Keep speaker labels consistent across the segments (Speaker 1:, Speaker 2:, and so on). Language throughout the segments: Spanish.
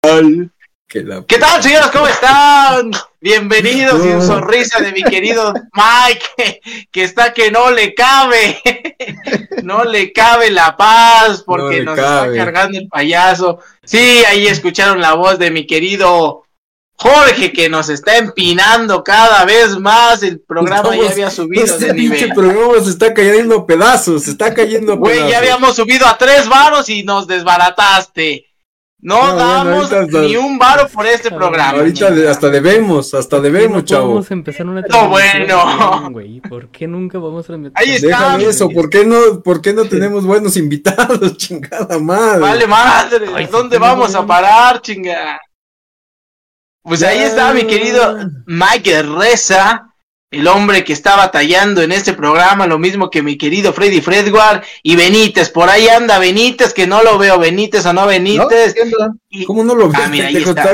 Speaker 1: tal?
Speaker 2: Que la-
Speaker 3: ¿Qué tal, señores? ¿Cómo están? Bienvenidos y un sonrisa de mi querido Mike, que, que está que no le cabe, no le cabe la paz porque
Speaker 2: No le
Speaker 3: nos
Speaker 2: cabe.
Speaker 3: está cargando el payaso. Sí, ahí escucharon la voz de mi querido Jorge, que nos está empinando cada vez más. El programa
Speaker 2: Estamos-
Speaker 3: ya había subido
Speaker 2: Este
Speaker 3: de
Speaker 2: pinche
Speaker 3: nivel.
Speaker 2: programa se está cayendo a pedazos, se está cayendo a pedazos.
Speaker 3: Güey, ya habíamos subido a tres varos y nos desbarataste. No,
Speaker 2: No, bueno,
Speaker 3: damos
Speaker 2: ahorita-
Speaker 3: ni un varo por este
Speaker 4: Ahorita-
Speaker 3: programa.
Speaker 2: Ahorita de- hasta debemos, hasta debemos,
Speaker 4: ¿Por qué no
Speaker 2: chavo.
Speaker 4: Podemos empezar una
Speaker 3: No,
Speaker 4: transmisión
Speaker 3: bueno.
Speaker 4: bien, güey? ¿Por qué nunca vamos a meter?
Speaker 3: Ahí está.
Speaker 2: Déjame eso, ¿por qué no, por qué no tenemos buenos invitados? Chingada madre.
Speaker 3: Vale madre,
Speaker 4: Ay,
Speaker 3: ¿dónde
Speaker 4: sí,
Speaker 3: vamos
Speaker 4: no.
Speaker 3: a parar, chinga? Pues ahí
Speaker 2: Ya.
Speaker 3: está mi querido Mike Reza, el hombre que está batallando en este programa, lo mismo que mi querido Freddy Fredward y Benítez, por ahí anda Benítez, que no lo veo, Benítez o no
Speaker 1: ¿No?
Speaker 3: Benítez.
Speaker 1: ¿Qué onda?
Speaker 3: Y-
Speaker 2: ¿Cómo no lo ves?
Speaker 3: Ah, mira, ahí
Speaker 2: pendejo?
Speaker 3: está.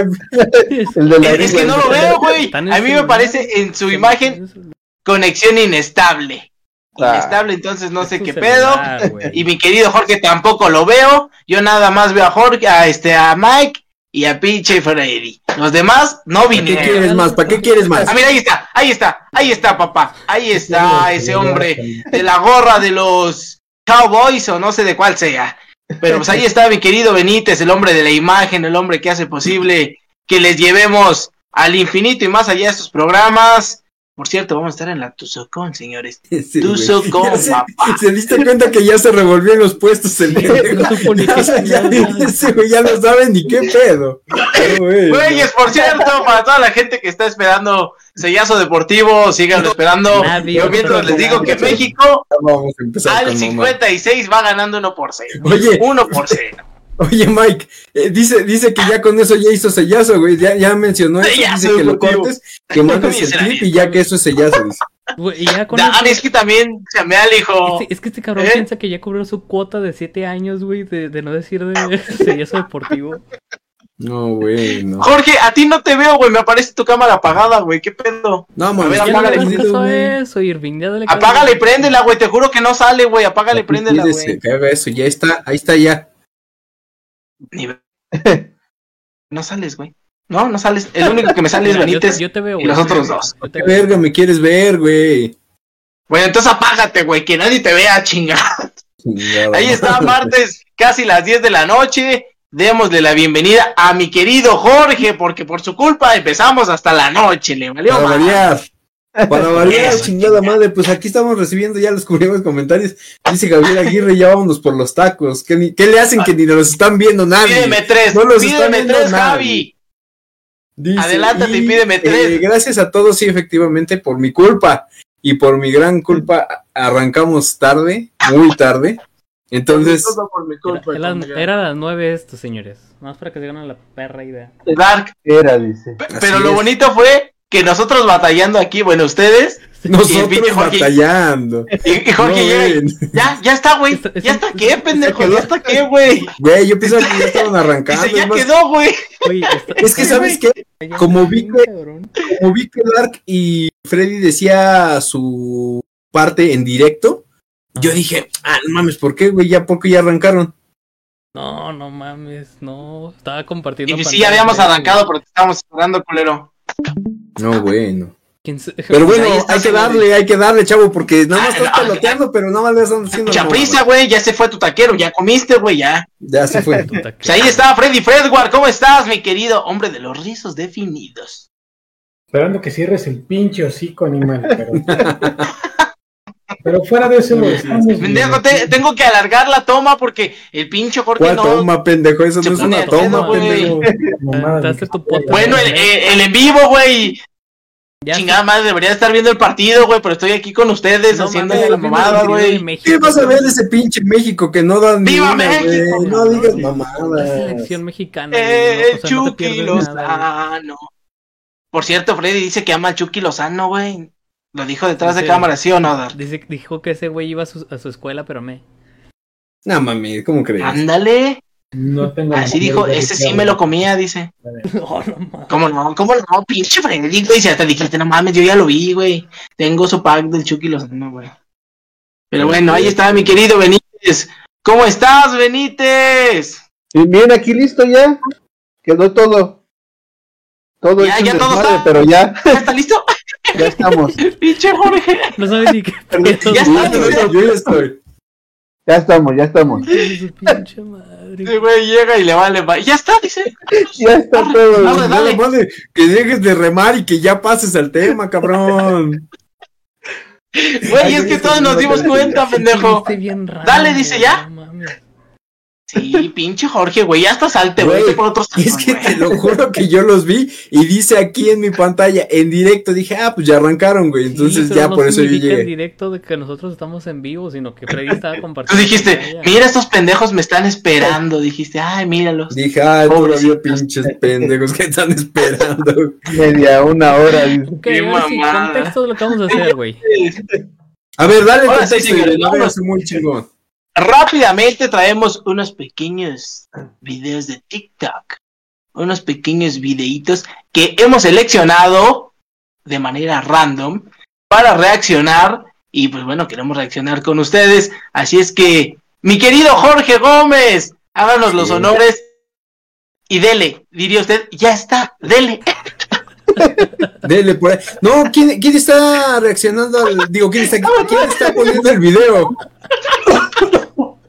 Speaker 1: El de la
Speaker 3: es, es que no
Speaker 1: orilla,
Speaker 3: lo
Speaker 1: el-
Speaker 3: veo, güey.
Speaker 4: Tan
Speaker 3: A mí me
Speaker 4: estable.
Speaker 3: parece en su imagen conexión inestable.
Speaker 1: Ah.
Speaker 3: Inestable, entonces no
Speaker 4: Es
Speaker 3: sé
Speaker 4: tu
Speaker 3: qué pedo.
Speaker 4: celular, güey.
Speaker 3: Y mi querido Jorge tampoco lo veo. Yo nada más veo a Jorge, a este, a Mike y a pinche Freddy. Los demás no
Speaker 1: ¿eh?
Speaker 2: ¿Para qué
Speaker 3: vinieron.
Speaker 2: quieres más? ¿Para qué quieres más?
Speaker 3: Ah, mira, ahí está, ahí está, ahí está, papá. Ahí está ese hombre de la gorra de los Cowboys o no sé de cuál sea. Pero pues ahí está mi querido Benítez, el hombre de la imagen, el hombre que hace posible que les llevemos al infinito y más allá de sus programas. Por cierto, vamos a estar en la Tuzocón, señores.
Speaker 2: Sí, güey.
Speaker 3: Tuzocón,
Speaker 2: Ya se-
Speaker 3: papá.
Speaker 2: ¿Se diste cuenta que ya se revolvían los puestos el pendejo?
Speaker 4: No supone que-
Speaker 2: ya, ya, ese güey ya no saben ni qué pedo. No, güey,
Speaker 3: Güeyes, por cierto, para toda la gente que está esperando sellazo deportivo, síganlo esperando.
Speaker 4: Nadie,
Speaker 3: Yo mientras
Speaker 4: otro
Speaker 3: les digo que
Speaker 4: nadie.
Speaker 3: México
Speaker 2: ya vamos a empezar
Speaker 3: al
Speaker 2: con mamá.
Speaker 3: 56 va ganando 1 por 0.
Speaker 2: Oye,
Speaker 3: 1 por 0.
Speaker 2: oye Mike, eh, dice, dice que ya con eso ya hizo sellazo, güey. Ya, ya mencionó eso,
Speaker 3: Sellazo
Speaker 2: dice que lo
Speaker 3: deportivo.
Speaker 2: cortes, que mandes el clip y ya que eso es sellazo. dice.
Speaker 4: Güey, y ya con
Speaker 3: Dan,
Speaker 4: eso-
Speaker 3: Ah, es que también se me alijo.
Speaker 4: Este- es que este cabrón
Speaker 3: ¿Eh?
Speaker 4: piensa que ya cobró su cuota de 7 años, güey, de, de no decir de sellazo deportivo.
Speaker 2: No, güey, no.
Speaker 3: Jorge, a ti no te veo, güey. Me aparece tu cámara apagada, güey. ¿Qué pedo?
Speaker 2: No, mames,
Speaker 3: A ver,
Speaker 4: Ya no
Speaker 3: apágale,
Speaker 4: le hagas
Speaker 2: güey.
Speaker 4: caso a eso, Irving, ya dale caso.
Speaker 3: Apágala y préndela, güey. Te juro que no sale, güey. Apágala y préndela,
Speaker 2: Cuídese,
Speaker 3: güey.
Speaker 2: caga eso, ya está, ahí está ya.
Speaker 3: Ni ve- No sales, güey. No, no sales. El único que me sale es
Speaker 4: Mira, yo te-
Speaker 3: Benítez.
Speaker 4: yo te veo,
Speaker 3: y
Speaker 4: güey,
Speaker 3: los
Speaker 4: yo
Speaker 3: otros
Speaker 4: te veo,
Speaker 3: dos.
Speaker 4: yo te
Speaker 2: ¿Qué
Speaker 4: veo.
Speaker 2: verga me quieres ver, güey?
Speaker 3: Bueno, entonces apágate, güey. Que nadie te vea, chinga.
Speaker 2: Chingada
Speaker 3: Ahí está,
Speaker 2: madre.
Speaker 3: martes, casi las 10 de la noche. Démosle la bienvenida a mi querido Jorge, porque por su culpa empezamos hasta la noche. Le valió
Speaker 2: Para
Speaker 3: madre.
Speaker 2: variar. Para variar,
Speaker 3: Eso,
Speaker 2: chingada madre, pues aquí estamos recibiendo ya los curiosos comentarios. Dice Gabriel Aguirre, ya vámonos por los tacos. ¿Qué, ni- qué le hacen que ni los están viendo
Speaker 3: Pídeme
Speaker 2: nadie?
Speaker 3: tres,
Speaker 2: No los está
Speaker 3: pídeme
Speaker 2: viendo
Speaker 3: tres,
Speaker 2: nadie.
Speaker 3: Javi.
Speaker 2: Dice, eh,
Speaker 3: adelántate y pídeme tres.
Speaker 2: gracias a todos, sí, efectivamente, por mi culpa y por mi gran culpa a- arrancamos tarde, muy tarde. Entonces,
Speaker 3: Todo por mi culpa,
Speaker 4: Era,
Speaker 3: conmigo.
Speaker 4: era las 9 esto, señores. Más para que se ganen la perra idea.
Speaker 3: Dark.
Speaker 1: Era, dice.
Speaker 3: Pe-
Speaker 2: Así
Speaker 3: Pero lo
Speaker 2: es.
Speaker 3: bonito fue que nosotros batallando aquí, bueno, ustedes.
Speaker 2: nosotros
Speaker 3: pinche Jorge.
Speaker 2: batallando.
Speaker 3: Y, y Jorge
Speaker 2: No,
Speaker 3: llega y,
Speaker 2: ven.
Speaker 3: Ya, ya está, güey.
Speaker 4: Está-
Speaker 3: Ya
Speaker 4: está-
Speaker 3: está qué, pendejo.
Speaker 2: quedó.
Speaker 3: Ya está qué, güey.
Speaker 2: Güey, yo pensaba que ya estaban arrancando.
Speaker 3: Dice, ya
Speaker 2: es más,
Speaker 3: quedó, güey.
Speaker 4: Oye, está-
Speaker 2: es que,
Speaker 4: está-
Speaker 2: ¿sabes qué?
Speaker 4: está-
Speaker 2: como vi que-
Speaker 4: cabrón.
Speaker 2: como vi que Dark y Freddy decía su parte en directo, yo dije, ah, no mames, ¿por qué, güey? Ya poco ya arrancaron.
Speaker 4: No, no mames, no. Estaba compartiendo.
Speaker 3: Y pues sí,
Speaker 4: pantalla,
Speaker 3: ya habíamos
Speaker 4: güey.
Speaker 3: arrancado porque estábamos esperando, culero.
Speaker 2: No, bueno.
Speaker 4: ¿Quién se-
Speaker 2: Pero bueno,
Speaker 3: Pues Ahí está,
Speaker 2: hay que
Speaker 3: señor.
Speaker 2: darle, hay que darle, chavo, porque nada más
Speaker 3: Ah,
Speaker 2: estás
Speaker 3: no,
Speaker 2: peloteando, pero nada más le están haciendo.
Speaker 3: Mucha
Speaker 2: la
Speaker 3: prisa, güey. Ya se fue tu taquero. Ya comiste, güey, ya.
Speaker 2: Ya se fue.
Speaker 4: Puta que-
Speaker 3: Pues ahí está Freddy Fredward. ¿Cómo estás, mi querido hombre de los rizos definidos?
Speaker 5: Esperando que cierres el pinche hocico, animal. Pero, pero fuera de eso, estamos bien.
Speaker 3: Pendejo, te- tengo que alargar la toma porque el pincho Jorge
Speaker 2: ¿Cuál
Speaker 3: no.
Speaker 2: toma, pendejo? Eso
Speaker 3: Se
Speaker 2: no es
Speaker 3: pone
Speaker 2: una
Speaker 3: al pedo,
Speaker 2: toma,
Speaker 4: güey.
Speaker 2: pendejo.
Speaker 5: Mamada,
Speaker 4: Te hace tu podcast.
Speaker 3: Bueno, eh, el, el- el en vivo, güey.
Speaker 4: Ya
Speaker 3: Chingada madre, debería estar viendo el partido, güey, pero estoy aquí con ustedes
Speaker 4: No
Speaker 3: haciendo
Speaker 4: mames,
Speaker 3: la
Speaker 4: viendo
Speaker 3: mamada,
Speaker 4: el video de
Speaker 3: güey.
Speaker 4: México,
Speaker 2: ¿Qué vas a
Speaker 4: güey.
Speaker 2: ver de ese pinche México que no dan
Speaker 3: ¡Viva
Speaker 2: güey?
Speaker 3: México!
Speaker 2: No digas
Speaker 4: La
Speaker 2: mamadas.
Speaker 4: selección mexicana.
Speaker 3: Eh, el
Speaker 4: güey, no, o sea, no te
Speaker 3: Chucky
Speaker 4: pierdes nada,
Speaker 3: Lozano. Por cierto, Freddy dice que ama al Chucky Lozano, güey. Lo dijo detrás de
Speaker 4: Sí.
Speaker 3: cámara, ¿sí o no, Dar?
Speaker 4: güey. Dice, dijo que ese güey iba a su, a su escuela, pero me.
Speaker 2: No mames, ¿cómo crees?
Speaker 3: Ah, Ándale.
Speaker 5: No tengo
Speaker 3: Así
Speaker 5: la
Speaker 3: dijo,
Speaker 5: menor idea
Speaker 3: ese
Speaker 5: de
Speaker 3: Ah, sí
Speaker 5: qué
Speaker 3: me lo
Speaker 5: hablo.
Speaker 3: comía, dice.
Speaker 4: No, no mames.
Speaker 3: ¿Cómo no? ¿Cómo no? Pinche Freddy, güey. Si hasta dijiste, no mames, yo ya lo vi, güey. Tengo su pack del Chucky Lozano, güey. Pero bueno, ahí está mi querido Benítez. ¿Cómo estás, Benítez?
Speaker 1: Bien, bien, aquí listo ya. Quedó todo. Todo
Speaker 3: Ya,
Speaker 1: hecho un
Speaker 3: ya todo
Speaker 1: desmadre,
Speaker 3: está.
Speaker 1: pero ya,
Speaker 3: ¿Ya está listo?
Speaker 1: ya estamos.
Speaker 3: Pinche Jorge.
Speaker 4: No sabes ni qué pedo,
Speaker 3: Ya está,
Speaker 4: güey.
Speaker 3: dice.
Speaker 2: Yo ya estoy.
Speaker 1: Ya estamos, ya estamos.
Speaker 4: Hijo de su pinche madre.
Speaker 3: Ese güey llega y le vale. va- Ya está, dice.
Speaker 1: Ya está
Speaker 3: Arre,
Speaker 1: todo.
Speaker 3: dale,
Speaker 1: güey.
Speaker 3: dale.
Speaker 2: Madre, que dejes de remar y que ya pases al tema, cabrón.
Speaker 3: Güey, es que todos nos dimos cuenta, pendejo.
Speaker 4: Dijiste bien raro,
Speaker 3: Dale, dice, ¿ya?
Speaker 4: no mames.
Speaker 3: Sí, pinche Jorge, güey. Ya hasta salte, güey.
Speaker 2: Güey,
Speaker 3: vete por otros
Speaker 2: Y es que
Speaker 3: güey.
Speaker 2: te lo juro que yo los vi y dice aquí en mi pantalla, en directo, dije, ah, pues ya arrancaron, güey. Entonces
Speaker 4: Sí, pero
Speaker 2: ya
Speaker 4: no
Speaker 2: por eso yo
Speaker 4: significa en
Speaker 2: llegué.
Speaker 4: directo de que nosotros estamos en vivo, sino que Freddy estaba
Speaker 3: Tú
Speaker 4: compartiendo.
Speaker 3: dijiste,
Speaker 4: pantalla.
Speaker 3: mira, estos pendejos me están esperando. Dijiste, ay, míralos.
Speaker 2: Dije, ah, todavía
Speaker 3: Pobrecitos.
Speaker 2: pinches pendejos que están esperando.
Speaker 1: Media, una hora. dice.
Speaker 4: Ok, ahora sí,
Speaker 3: mamada.
Speaker 4: contexto de lo que vamos a hacer, güey.
Speaker 2: A ver, dale
Speaker 3: Ahora
Speaker 2: contexto,
Speaker 3: sí, señores,
Speaker 2: yo lo veo
Speaker 3: vámonos.
Speaker 2: así muy chingón.
Speaker 3: Rápidamente traemos unos pequeños videos de TikTok. Unos pequeños videitos que hemos seleccionado de manera random para reaccionar. Y pues bueno, queremos reaccionar con ustedes. Así es que, mi querido Jorge Gómez, háganos los
Speaker 2: Sí.
Speaker 3: honores. Y dele, diría usted, ya está, dele.
Speaker 2: Dele por ahí. No, ¿quién, quién está reaccionando al, digo, quién está, quién está poniendo el video?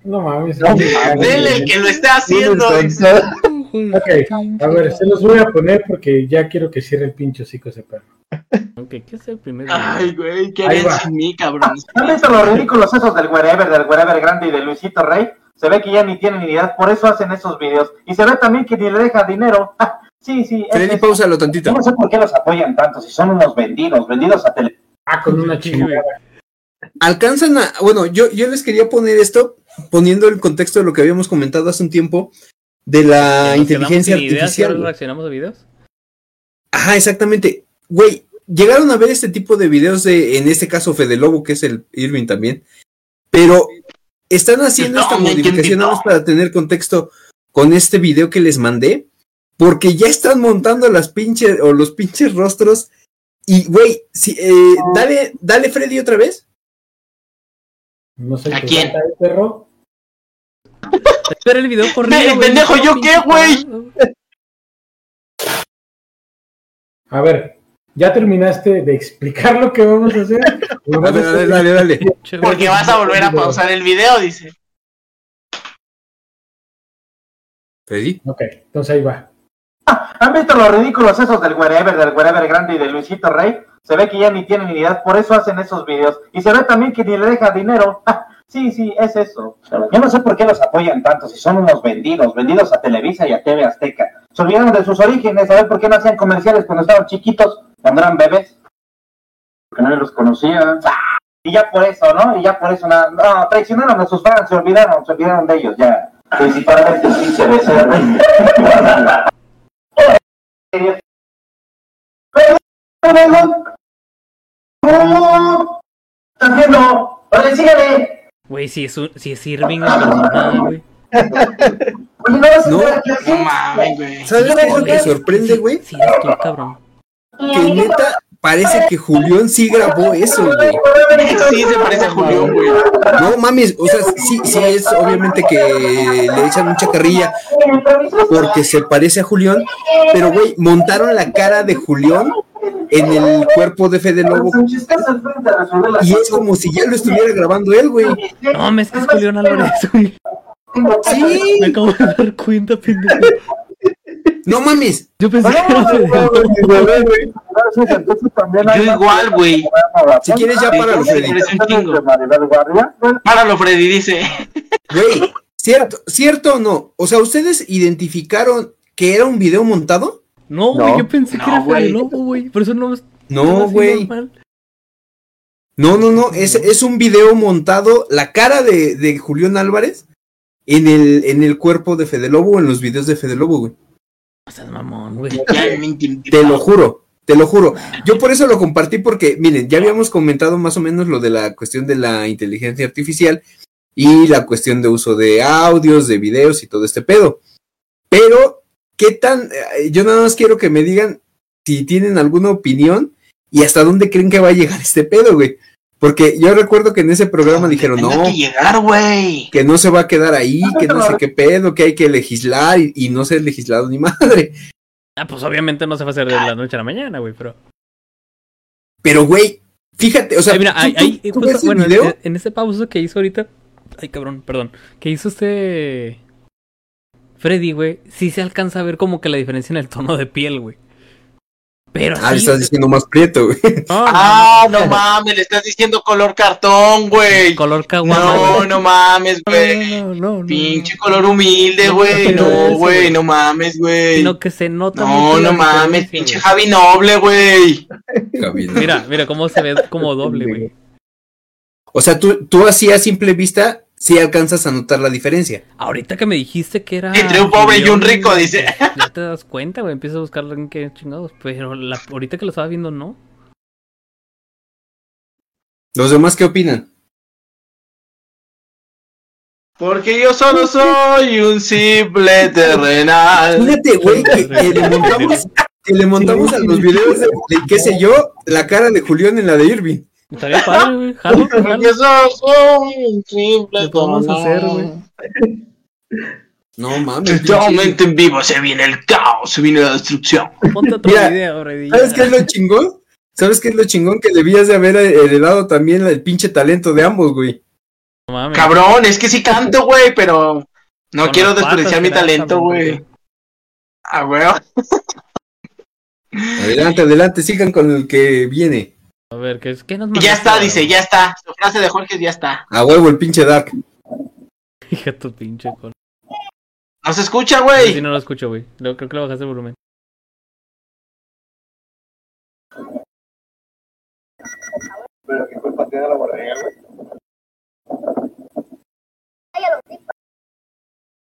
Speaker 5: No mames.
Speaker 1: No
Speaker 5: no
Speaker 1: mames.
Speaker 3: Dele el que lo está haciendo.
Speaker 1: Entonces,
Speaker 5: Ok, a ver, se los voy a poner porque ya quiero que cierre el pinche hocico ese perro.
Speaker 4: Aunque, ¿qué es el primer
Speaker 3: Ay, güey, ¿qué
Speaker 6: Ahí
Speaker 3: harían
Speaker 6: va.
Speaker 3: sin mí, cabrón?
Speaker 6: ¿Han visto los ridículos esos del wherever, del wherever grande y de Luisito Rey? Se ve que ya ni tienen ni idea, por eso hacen esos videos. Y se ve también que ni le dejan dinero. Ah, sí, sí. es-
Speaker 2: Freddy,
Speaker 6: es-
Speaker 2: pausalo
Speaker 6: Yo
Speaker 2: tantito.
Speaker 6: no sé por qué los apoyan tanto, si son unos vendidos, vendidos a tele.
Speaker 5: Ah, con una chingada.
Speaker 2: alcanzan a, bueno, yo, yo les quería poner esto poniendo el contexto de lo que habíamos comentado hace un tiempo de la Ah, inteligencia artificial. güey.
Speaker 4: reaccionamos a videos?
Speaker 2: Ajá, exactamente. Güey, llegaron a ver este tipo de videos de, en este caso, Fede Lobo, que es el Irving también, pero están haciendo esta
Speaker 3: No, me
Speaker 2: modificación nada más para tener contexto con este video que les mandé, porque ya están montando las pinches o los pinches rostros. Y, güey, si, eh, dale, dale Freddy otra vez.
Speaker 5: No sé
Speaker 3: ¿A
Speaker 5: qué
Speaker 3: quién?
Speaker 5: trata el perro.
Speaker 4: Espera el video corrido.
Speaker 3: Ey,
Speaker 4: güey,
Speaker 3: pendejo,
Speaker 4: no,
Speaker 3: ¿yo
Speaker 4: pinche
Speaker 3: qué, güey?
Speaker 4: cabrón.
Speaker 5: A ver, ¿ya terminaste de explicar lo que vamos a hacer?
Speaker 2: A ver, dale, dale, dale.
Speaker 4: Che, güey.
Speaker 3: Porque vas a volver a pausar el video, dice.
Speaker 2: Freddy.
Speaker 5: Ok, entonces ahí va.
Speaker 6: ¿Han visto los ridículos esos del wherever, del wherever grande y de Luisito Rey? Se ve que ya ni tienen ni idea, por eso hacen esos videos. Y se ve también que ni le dejan dinero. Ah, sí, sí, es eso. Yo no sé por qué los apoyan tanto, si son unos vendidos, vendidos a Televisa y a TV Azteca. Se olvidaron de sus orígenes, a ver por qué no hacían comerciales cuando estaban chiquitos, cuando eran bebés. Porque nadie los conocía. Ah, Y ya por eso, ¿no? Y ya por eso, nada. No, traicionaron a sus fans, se olvidaron, se olvidaron de ellos, ya. Principalmente sí se ¡No! ¡Estás viendo! ¡Oye, síguele!
Speaker 4: Güey, si es, un- si es Irving la persona, güey.
Speaker 6: Oye, no vas a
Speaker 2: No,
Speaker 6: entrar aquí así.
Speaker 3: No mames, güey.
Speaker 2: ¿Sabes
Speaker 4: Sí,
Speaker 2: lo que me
Speaker 4: güey.
Speaker 2: sorprende, güey?
Speaker 4: Sí, eres tú, cabrón.
Speaker 2: Que neta parece que Julián sí grabó eso, güey.
Speaker 3: Sí, se parece a Julián, güey.
Speaker 2: No mames, o sea, sí, sí es obviamente que le echan mucha carrilla porque se parece a Julián, pero güey, montaron la cara de Julián en el cuerpo de Fede Lobo
Speaker 6: Sánchez, estás al frente de resolver las
Speaker 2: y es como si ya lo estuviera grabando él, güey.
Speaker 4: No, me es que es Julián Álvarez, güey.
Speaker 2: Sí,
Speaker 4: Me acabo de dar cuenta, pendejo.
Speaker 2: no mames.
Speaker 4: Yo pensé que era Fede.
Speaker 6: cosas, entonces también hay
Speaker 3: Yo
Speaker 6: una-
Speaker 3: igual, güey.
Speaker 2: Si quieres ya páralo, Freddy.
Speaker 3: Eres un chingo.
Speaker 6: De Maribel Guardia.
Speaker 3: Páralo, Freddy, dice.
Speaker 2: Güey, cierto, cierto o no? O sea, ¿ustedes identificaron que era un video montado?
Speaker 4: No, güey,
Speaker 1: No.
Speaker 4: yo pensé que
Speaker 3: No,
Speaker 4: era Fede
Speaker 3: güey.
Speaker 4: Lobo, güey. Por eso no me
Speaker 2: No, güey. No, no, no, es, es un video montado, la cara de, de Julián Álvarez en el, en el cuerpo de Fede Lobo, en los videos de Fede Lobo, güey.
Speaker 4: O sea, mamón, güey.
Speaker 3: Ya me intimidó.
Speaker 2: Te lo juro, te lo juro. Yo por eso lo compartí porque, miren, ya habíamos comentado más o menos lo de la cuestión de la inteligencia artificial y la cuestión de uso de audios, de videos y todo este pedo. Pero, ¿qué tan? eh, Yo nada más quiero que me digan si tienen alguna opinión y hasta dónde creen que va a llegar este pedo, güey. Porque yo recuerdo que en ese programa dijeron,
Speaker 3: Tengo
Speaker 2: no,
Speaker 3: que llegar, güey.
Speaker 2: que no se va a quedar ahí, que no sé qué pedo, que hay que legislar y, y no se ha legislado ni madre.
Speaker 4: Ah, pues obviamente no se va a hacer de la noche a la mañana, güey, pero.
Speaker 2: Pero, güey, fíjate, o sea,
Speaker 4: Ay, mira,
Speaker 2: tú-
Speaker 4: ahí,
Speaker 2: tú-
Speaker 4: ahí,
Speaker 2: tú
Speaker 4: justo,
Speaker 2: ves el
Speaker 4: bueno, eh, en-
Speaker 2: video,
Speaker 4: en, ese pauso que hizo ahorita. Ay, cabrón, perdón. Que hizo este. Freddy, güey. Sí se alcanza a ver como que la diferencia en el tono de piel, güey. Pero
Speaker 2: Ah, le
Speaker 4: sí.
Speaker 2: estás diciendo más prieto, güey.
Speaker 4: No, no,
Speaker 3: Ah, no mames, le estás diciendo color cartón, güey.
Speaker 4: no, color caguama.
Speaker 3: No,
Speaker 4: güey.
Speaker 3: no mames, güey.
Speaker 4: no, no, no, no.
Speaker 3: Pinche color humilde,
Speaker 4: No,
Speaker 3: güey.
Speaker 4: pero
Speaker 3: No,
Speaker 4: eso,
Speaker 3: güey,
Speaker 4: güey.
Speaker 3: no mames, güey.
Speaker 4: Sino que se nota
Speaker 3: No,
Speaker 4: mucho la
Speaker 3: no mames,
Speaker 4: diferencia,
Speaker 3: pinche
Speaker 4: güey.
Speaker 3: Javi Noble, güey.
Speaker 2: Javi, ¿no?
Speaker 4: Mira, mira cómo se ve como doble, güey.
Speaker 2: O sea, tú, tú así a simple vista sí alcanzas a notar la diferencia.
Speaker 4: Ahorita que me dijiste que era.
Speaker 3: Entre un pobre y un
Speaker 4: judío,
Speaker 3: rico, dice.
Speaker 4: pues, Ya te das cuenta, güey. Empiezas a buscar a alguien que chingados. Pero la- ahorita que lo estaba viendo, no.
Speaker 2: ¿Los demás qué opinan?
Speaker 3: Porque yo solo soy un simple terrenal.
Speaker 2: Fíjate, güey, que, que le montamos, que le montamos a los videos de, de qué sé yo, la cara de Julián en la de Irving.
Speaker 4: Estaría padre, güey. Jalo, jalo.
Speaker 3: Porque solo soy un simple
Speaker 4: Lo podemos hacer, güey.
Speaker 3: terrenal.
Speaker 2: No mames.
Speaker 3: Totalmente en vivo se viene el caos, se viene la destrucción.
Speaker 4: Ponte otro
Speaker 2: Mira,
Speaker 4: video, Freddy.
Speaker 2: ¿Sabes qué es lo chingón? ¿Sabes qué es lo chingón? Que debías de haber heredado también el pinche talento de ambos, güey.
Speaker 4: No mames.
Speaker 3: Cabrón, es que sí canto, güey, pero no
Speaker 4: Con
Speaker 3: quiero
Speaker 4: las patas
Speaker 3: desperdiciar mi
Speaker 4: será,
Speaker 3: talento,
Speaker 4: cabrón,
Speaker 3: güey. Ah, güey.
Speaker 2: Adelante, adelante, sigan con el que viene.
Speaker 4: A ver, ¿qué, es- qué nos
Speaker 3: Ya
Speaker 4: mandaste,
Speaker 3: está,
Speaker 4: güey?
Speaker 3: dice, ya está. Su frase de Jorge es, ya está.
Speaker 2: A huevo el pinche Dark.
Speaker 4: Hija tu pinche col.
Speaker 3: No se escucha,
Speaker 4: Si
Speaker 3: güey.
Speaker 4: no lo escucho, güey. Lo- Creo que le bajaste el volumen.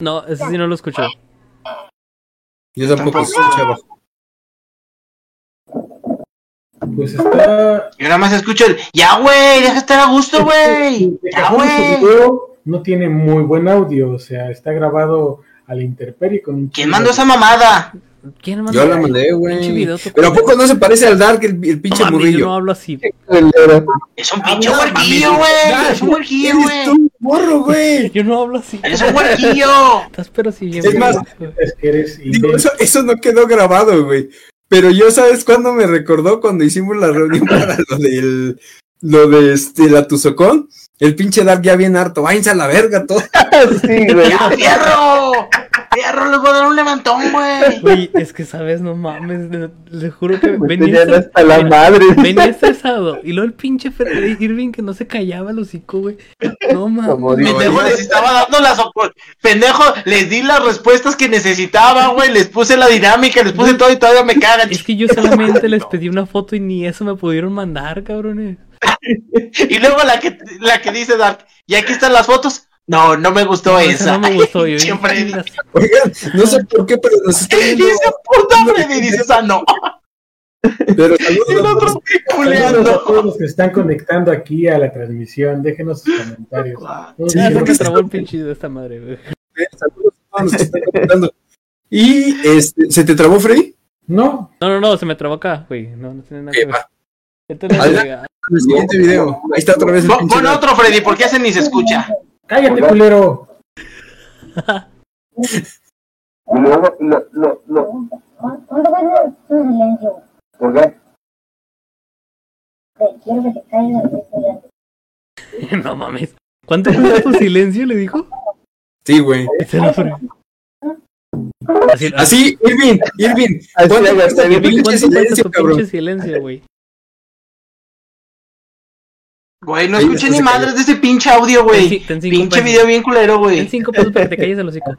Speaker 4: No, eso sí no lo escucho.
Speaker 2: Yo tampoco escuchaba.
Speaker 5: Pues está.
Speaker 3: Yo nada más escucho el, ya, güey, deja estar a gusto, güey.
Speaker 5: de
Speaker 3: Ya,
Speaker 5: cajón su
Speaker 3: güey.
Speaker 5: video no tiene muy buen audio, o sea, está grabado a la intemperie con un
Speaker 3: ¿Quién
Speaker 5: chingo
Speaker 3: mandó
Speaker 5: de-
Speaker 3: esa mamada?
Speaker 4: ¿Quién mandó?
Speaker 2: Yo la mandé,
Speaker 4: Pinche
Speaker 2: güey.
Speaker 4: video, tu-
Speaker 2: Pero ¿a poco no se parece al Dark el, el pinche
Speaker 4: No, mami, Yo no
Speaker 2: morrillo?
Speaker 4: hablo así.
Speaker 1: Culera.
Speaker 3: Es un pinche
Speaker 2: Habla,
Speaker 3: huerquillo,
Speaker 2: Ah, mami.
Speaker 3: güey.
Speaker 2: Ya,
Speaker 3: Es un huerquillo,
Speaker 2: Eres tú
Speaker 3: güey.
Speaker 2: un morro, güey.
Speaker 4: Yo no hablo así.
Speaker 3: Es un huerquillo.
Speaker 4: Estás pero si bien.
Speaker 2: Es más,
Speaker 4: güey.
Speaker 5: Es que eres
Speaker 2: Digo,
Speaker 5: imbécil.
Speaker 2: eso, eso no quedó grabado, güey. Pero yo, ¿sabes cuándo me recordó? Cuando hicimos la reunión para lo del. Lo de este, la Tuzocón. El pinche Dark ya bien harto. Váyanse a la verga, todo.
Speaker 1: Sí, güey.
Speaker 3: ¡Ya, fierro! ¡Fierro, les voy a dar un levantón, güey!
Speaker 4: Güey, es que sabes, no mames. Le, le juro que
Speaker 1: Me
Speaker 4: venía,
Speaker 1: tenían hasta la
Speaker 4: mira,
Speaker 1: madre.
Speaker 4: venía estresado. Y luego el pinche Freddy Irving que no se callaba el hocico, güey. No
Speaker 1: Como
Speaker 4: mames.
Speaker 1: digo,
Speaker 3: Pendejo, les estaba dando las... opor- Pendejo, les di las respuestas que necesitaban, güey. Les puse la dinámica, les puse todo y todavía me cagan.
Speaker 4: Es que yo solamente les pedí una foto y ni eso me pudieron mandar, cabrones.
Speaker 3: Y luego la que, la que dice Dark, y aquí están las fotos. No, no me gustó
Speaker 4: No, esa
Speaker 3: esa.
Speaker 4: no me gustó. Yo dije,
Speaker 3: Siempre
Speaker 4: "Chingas".
Speaker 2: Oigan, no sé por qué, pero nos está
Speaker 3: Y
Speaker 2: viendo.
Speaker 3: ese puta Freddy dice, esa no.
Speaker 2: Pero saludos.
Speaker 3: Y el otro
Speaker 5: Saludos a
Speaker 3: culeando.
Speaker 5: todos los que están conectando aquí a la transmisión, déjenos sus comentarios.
Speaker 4: Ya
Speaker 5: No
Speaker 4: se
Speaker 5: digan
Speaker 4: me trabó el pinche de esta madre, güey.
Speaker 2: eh, saludos a todos los que están comentando. Y este, ¿se te trabó, Freddy?
Speaker 5: No,
Speaker 4: No, no, no, se me trabó acá, güey. No, no tiene nada que
Speaker 2: Eh,
Speaker 4: ver. Este
Speaker 2: va,
Speaker 4: Esto no
Speaker 2: Adelante.
Speaker 4: llega.
Speaker 2: en el siguiente video. Ahí está otra vez el
Speaker 3: Pon
Speaker 2: pinche
Speaker 3: pon
Speaker 2: Dark.
Speaker 3: otro Freddy, porque ese ni se escucha.
Speaker 5: cállate, culero.
Speaker 6: Luego, lo, lo, lo,
Speaker 7: ¿Cuánto cuesta tu silencio?
Speaker 6: ¿por qué?
Speaker 7: Te quiero que te caiga el silencio.
Speaker 4: No mames. ¿Cuánto fue tu silencio? Le dijo. Este
Speaker 2: Sí, güey.
Speaker 4: Se lo fre- Así,
Speaker 2: Así, Irving, Irving.
Speaker 1: Así
Speaker 2: ¿Cuánto
Speaker 1: hagas,
Speaker 2: cuesta tu
Speaker 1: Irving,
Speaker 2: pinche
Speaker 4: Irving, ¿cuánto cuesta
Speaker 2: silencio,
Speaker 4: tu
Speaker 2: cabrón?
Speaker 4: pinche silencio, güey?
Speaker 3: Güey, no
Speaker 2: Ahí
Speaker 3: escuché
Speaker 2: está,
Speaker 3: ni
Speaker 2: se
Speaker 3: madres de ese pinche audio,
Speaker 4: Ten
Speaker 3: güey.
Speaker 4: ci- ten cinco
Speaker 3: Pinche
Speaker 4: pesos.
Speaker 3: video bien culero,
Speaker 4: Ten
Speaker 3: güey.
Speaker 4: cinco pesos para que te calles el hocico.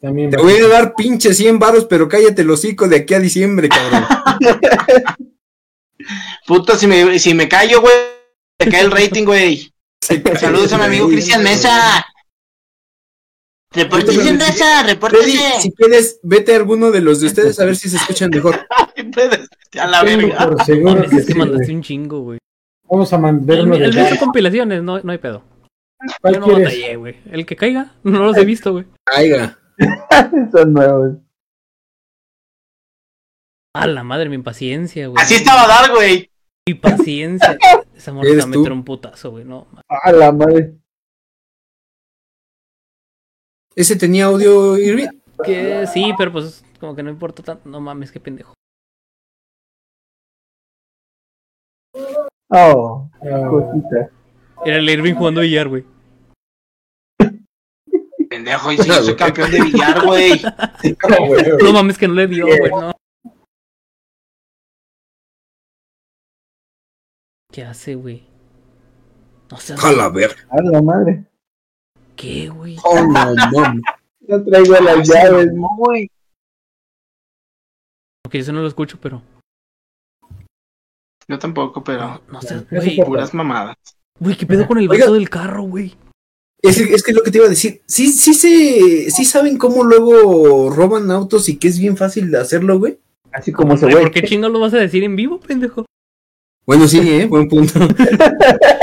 Speaker 5: También
Speaker 2: Te voy a dar pinche 100 varos, pero cállate el hocico de aquí a diciembre, cabrón.
Speaker 3: Puta, si me, si me callo, güey, te cae el rating, güey.
Speaker 2: Sí,
Speaker 3: Saludos a mi amigo
Speaker 2: güey.
Speaker 3: Cristian Mesa. Repórtese, Mesa,
Speaker 2: Freddy,
Speaker 3: repórtese.
Speaker 2: si quieres, vete a alguno de los de ustedes a ver si se escuchan mejor.
Speaker 3: A la
Speaker 5: Tengo
Speaker 3: verga.
Speaker 5: por seguro
Speaker 4: Mames,
Speaker 5: que
Speaker 4: es
Speaker 5: sí,
Speaker 4: que mandaste
Speaker 5: güey.
Speaker 4: un chingo, güey.
Speaker 5: Vamos a mandar
Speaker 4: El
Speaker 5: uno
Speaker 4: mío
Speaker 5: de
Speaker 4: el mío son compilaciones, no, no hay pedo. Yo
Speaker 5: ¿Cuál
Speaker 4: no
Speaker 5: quieres?
Speaker 4: batallé, güey. El que caiga, no los he visto, güey.
Speaker 2: Caiga.
Speaker 1: Son nuevos.
Speaker 4: A la madre, mi impaciencia, güey.
Speaker 3: Así estaba Dar, güey.
Speaker 4: Mi paciencia. Esa morra se va
Speaker 2: ¿Eres
Speaker 4: a
Speaker 2: tú?
Speaker 4: meter un putazo, güey. No, ma-
Speaker 1: A la madre.
Speaker 2: ¿Ese tenía audio, Irving?
Speaker 4: que sí, pero pues como que no importa tanto. No mames, qué pendejo.
Speaker 1: Oh,
Speaker 5: Ah,
Speaker 1: cosita.
Speaker 4: Era el Irving jugando billar, güey.
Speaker 3: Pendejo, y si yo soy campeón de billar, güey.
Speaker 4: No mames, que no le dio, güey, no. ¿Qué hace, güey? No sé,
Speaker 2: Jala, ver.
Speaker 1: A la madre.
Speaker 4: ¿qué, güey?
Speaker 2: Oh, no, mami.
Speaker 1: No traigo las
Speaker 3: Ah, sí,
Speaker 1: llaves.
Speaker 4: Ok, eso no lo escucho, pero.
Speaker 3: Yo tampoco, pero.
Speaker 4: No sé,
Speaker 5: Eso
Speaker 4: güey.
Speaker 5: por-
Speaker 3: Puras mamadas.
Speaker 4: Güey, ¿qué pedo con el
Speaker 2: Oiga.
Speaker 4: vato del carro, güey?
Speaker 2: Es, es que es lo que te iba a decir. Sí, sí, se, sí saben cómo luego roban autos y que es bien fácil de hacerlo, güey.
Speaker 1: Así como se
Speaker 4: Güey,
Speaker 1: ve.
Speaker 4: ¿Por qué chingo lo vas a decir en vivo, pendejo?
Speaker 2: Bueno, sí, ¿eh? Buen punto.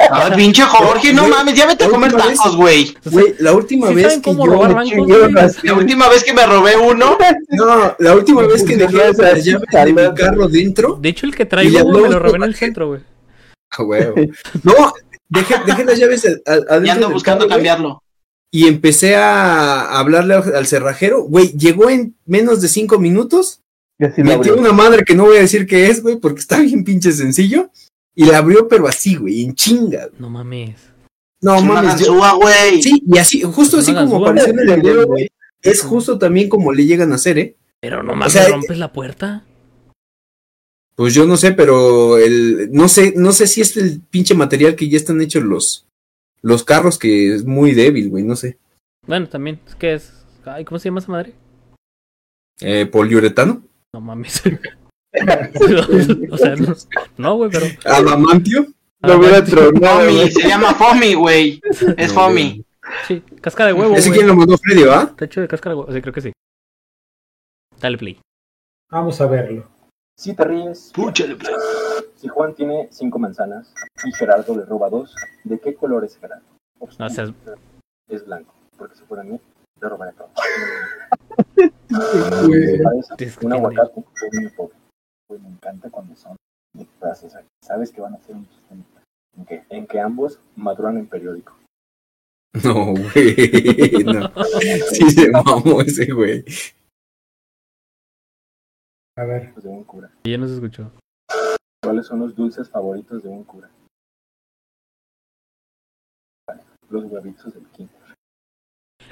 Speaker 3: Ah, pinche Jorge, no
Speaker 2: Güey,
Speaker 3: mames, ya vete a
Speaker 2: la
Speaker 3: comer
Speaker 2: última vez-
Speaker 3: tacos, güey.
Speaker 4: O sea,
Speaker 2: Güey, la última
Speaker 4: ¿sí
Speaker 2: vez
Speaker 4: saben
Speaker 2: que
Speaker 4: cómo
Speaker 2: yo...
Speaker 4: robar
Speaker 1: Me
Speaker 4: bancos,
Speaker 1: chingaron
Speaker 4: güey?
Speaker 1: así.
Speaker 3: La última vez que me robé uno,
Speaker 2: No, la última vez que dejé las llaves de mi carro dentro...
Speaker 4: De hecho, el que
Speaker 2: Y le
Speaker 4: traigo, güey, me
Speaker 2: hablamos
Speaker 4: lo robé en
Speaker 2: por
Speaker 4: el
Speaker 2: la-
Speaker 4: centro, güey.
Speaker 2: Ah, huevo. No, dejé, dejé las llaves a- a- adentro
Speaker 3: ya ando
Speaker 2: del carro,
Speaker 3: buscando
Speaker 2: güey,
Speaker 3: cambiarlo.
Speaker 2: Y empecé a hablarle al, al cerrajero. Güey, llegó en menos de cinco minutos.
Speaker 1: Y así lo
Speaker 2: metió
Speaker 1: abrió.
Speaker 2: una madre que no voy a decir qué es, güey, porque está bien pinche sencillo. Y la abrió, pero así, güey, en chinga.
Speaker 4: No mames.
Speaker 2: No
Speaker 3: Es una
Speaker 2: mames, yo-
Speaker 3: ganzúa, güey.
Speaker 2: Sí, y así, justo
Speaker 4: Pues
Speaker 2: así
Speaker 4: no las
Speaker 2: como
Speaker 4: dudas.
Speaker 2: apareció en el video, güey. Es justo también como le llegan a hacer, ¿eh?
Speaker 4: Pero no mames,
Speaker 2: sea,
Speaker 4: rompes la puerta.
Speaker 2: Pues yo no sé, pero el, no sé, no sé si es el pinche material que ya están hechos los, los carros que es muy débil, güey, no sé.
Speaker 4: Bueno, también, es que es. Ay, ¿cómo se llama esa madre?
Speaker 2: Eh, poliuretano,
Speaker 4: No mames. o sea, no- no, güey, pero.
Speaker 2: adamantio.
Speaker 1: Lo hubiera tronado.
Speaker 3: Fomi,
Speaker 1: güey.
Speaker 3: se llama Fomi, güey. Es
Speaker 2: No,
Speaker 3: Fomi.
Speaker 4: Sí, casca de huevo.
Speaker 2: Oh, güey. Ese
Speaker 4: güey.
Speaker 2: quien lo mandó Freddy, ¿va?
Speaker 4: Está hecho de cáscara, güey. O sea, creo que sí. Dale play.
Speaker 5: Vamos a verlo.
Speaker 6: Si te ríes,
Speaker 3: Púchale, pues.
Speaker 6: si Juan tiene cinco manzanas y Gerardo le roba dos, ¿de qué color es Gerardo?
Speaker 4: No seas-
Speaker 6: Es blanco, porque si fuera mí, le robaré todo.
Speaker 1: Güey.
Speaker 6: Parece
Speaker 4: Es que
Speaker 6: un
Speaker 4: tiene-
Speaker 6: aguacate es muy pobre. Güey, me encanta cuando son de frases así. Sabes que van a ser un chiste en que, en que ambos maduran en periódico.
Speaker 2: No, güey, no. Sí se mamó ese, güey.
Speaker 5: A ver.
Speaker 6: de un cura.
Speaker 4: Ya no se escuchó.
Speaker 6: ¿Cuáles son los dulces favoritos de un cura? Los huevitos del quinto.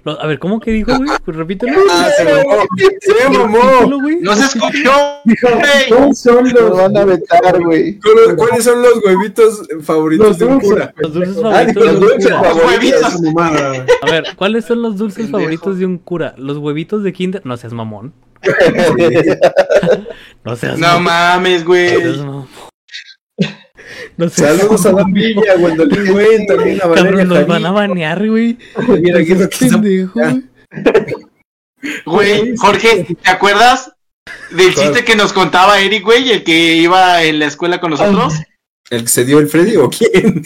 Speaker 4: Lo- a ver, ¿cómo que dijo, güey? Pues repítelo.
Speaker 2: Ah, se mamó, se mamó.
Speaker 4: Repítelo, güey.
Speaker 3: No se escuchó,
Speaker 5: Dijo,
Speaker 3: güey.
Speaker 5: ¿cuáles son
Speaker 1: Lo
Speaker 5: los,
Speaker 1: van a vetar, güey.
Speaker 2: ¿Cuáles- ¿Cuáles son los huevitos favoritos
Speaker 5: los
Speaker 2: de un
Speaker 5: dulces?
Speaker 2: cura?
Speaker 4: Los dulces
Speaker 1: Ah, digo,
Speaker 4: favoritos
Speaker 1: los
Speaker 4: de un
Speaker 1: dulces
Speaker 4: cura.
Speaker 1: favoritos.
Speaker 3: Huevitos.
Speaker 1: mamada.
Speaker 4: A ver, ¿cuáles son los dulces
Speaker 3: Pendejo.
Speaker 4: favoritos de un cura? Los huevitos de kinder. No seas mamón. No seas
Speaker 3: No
Speaker 4: mamón.
Speaker 3: mames,
Speaker 4: No seas
Speaker 3: güey.
Speaker 4: mamón. No seas
Speaker 2: Saludos a Dan Villa, a Gwendolyn Güen, también a Valeria
Speaker 4: Cabrón, los van a
Speaker 2: Jarillo.
Speaker 4: banear, güey.
Speaker 2: Mira, aquí es lo que está-
Speaker 4: Pendejo. güey.
Speaker 3: Güey, Jorge, ¿te acuerdas del
Speaker 2: Claro.
Speaker 3: chiste que nos contaba Eric, güey? El que iba en la escuela con nosotros.
Speaker 2: ¿El que se dio el Freddy o quién?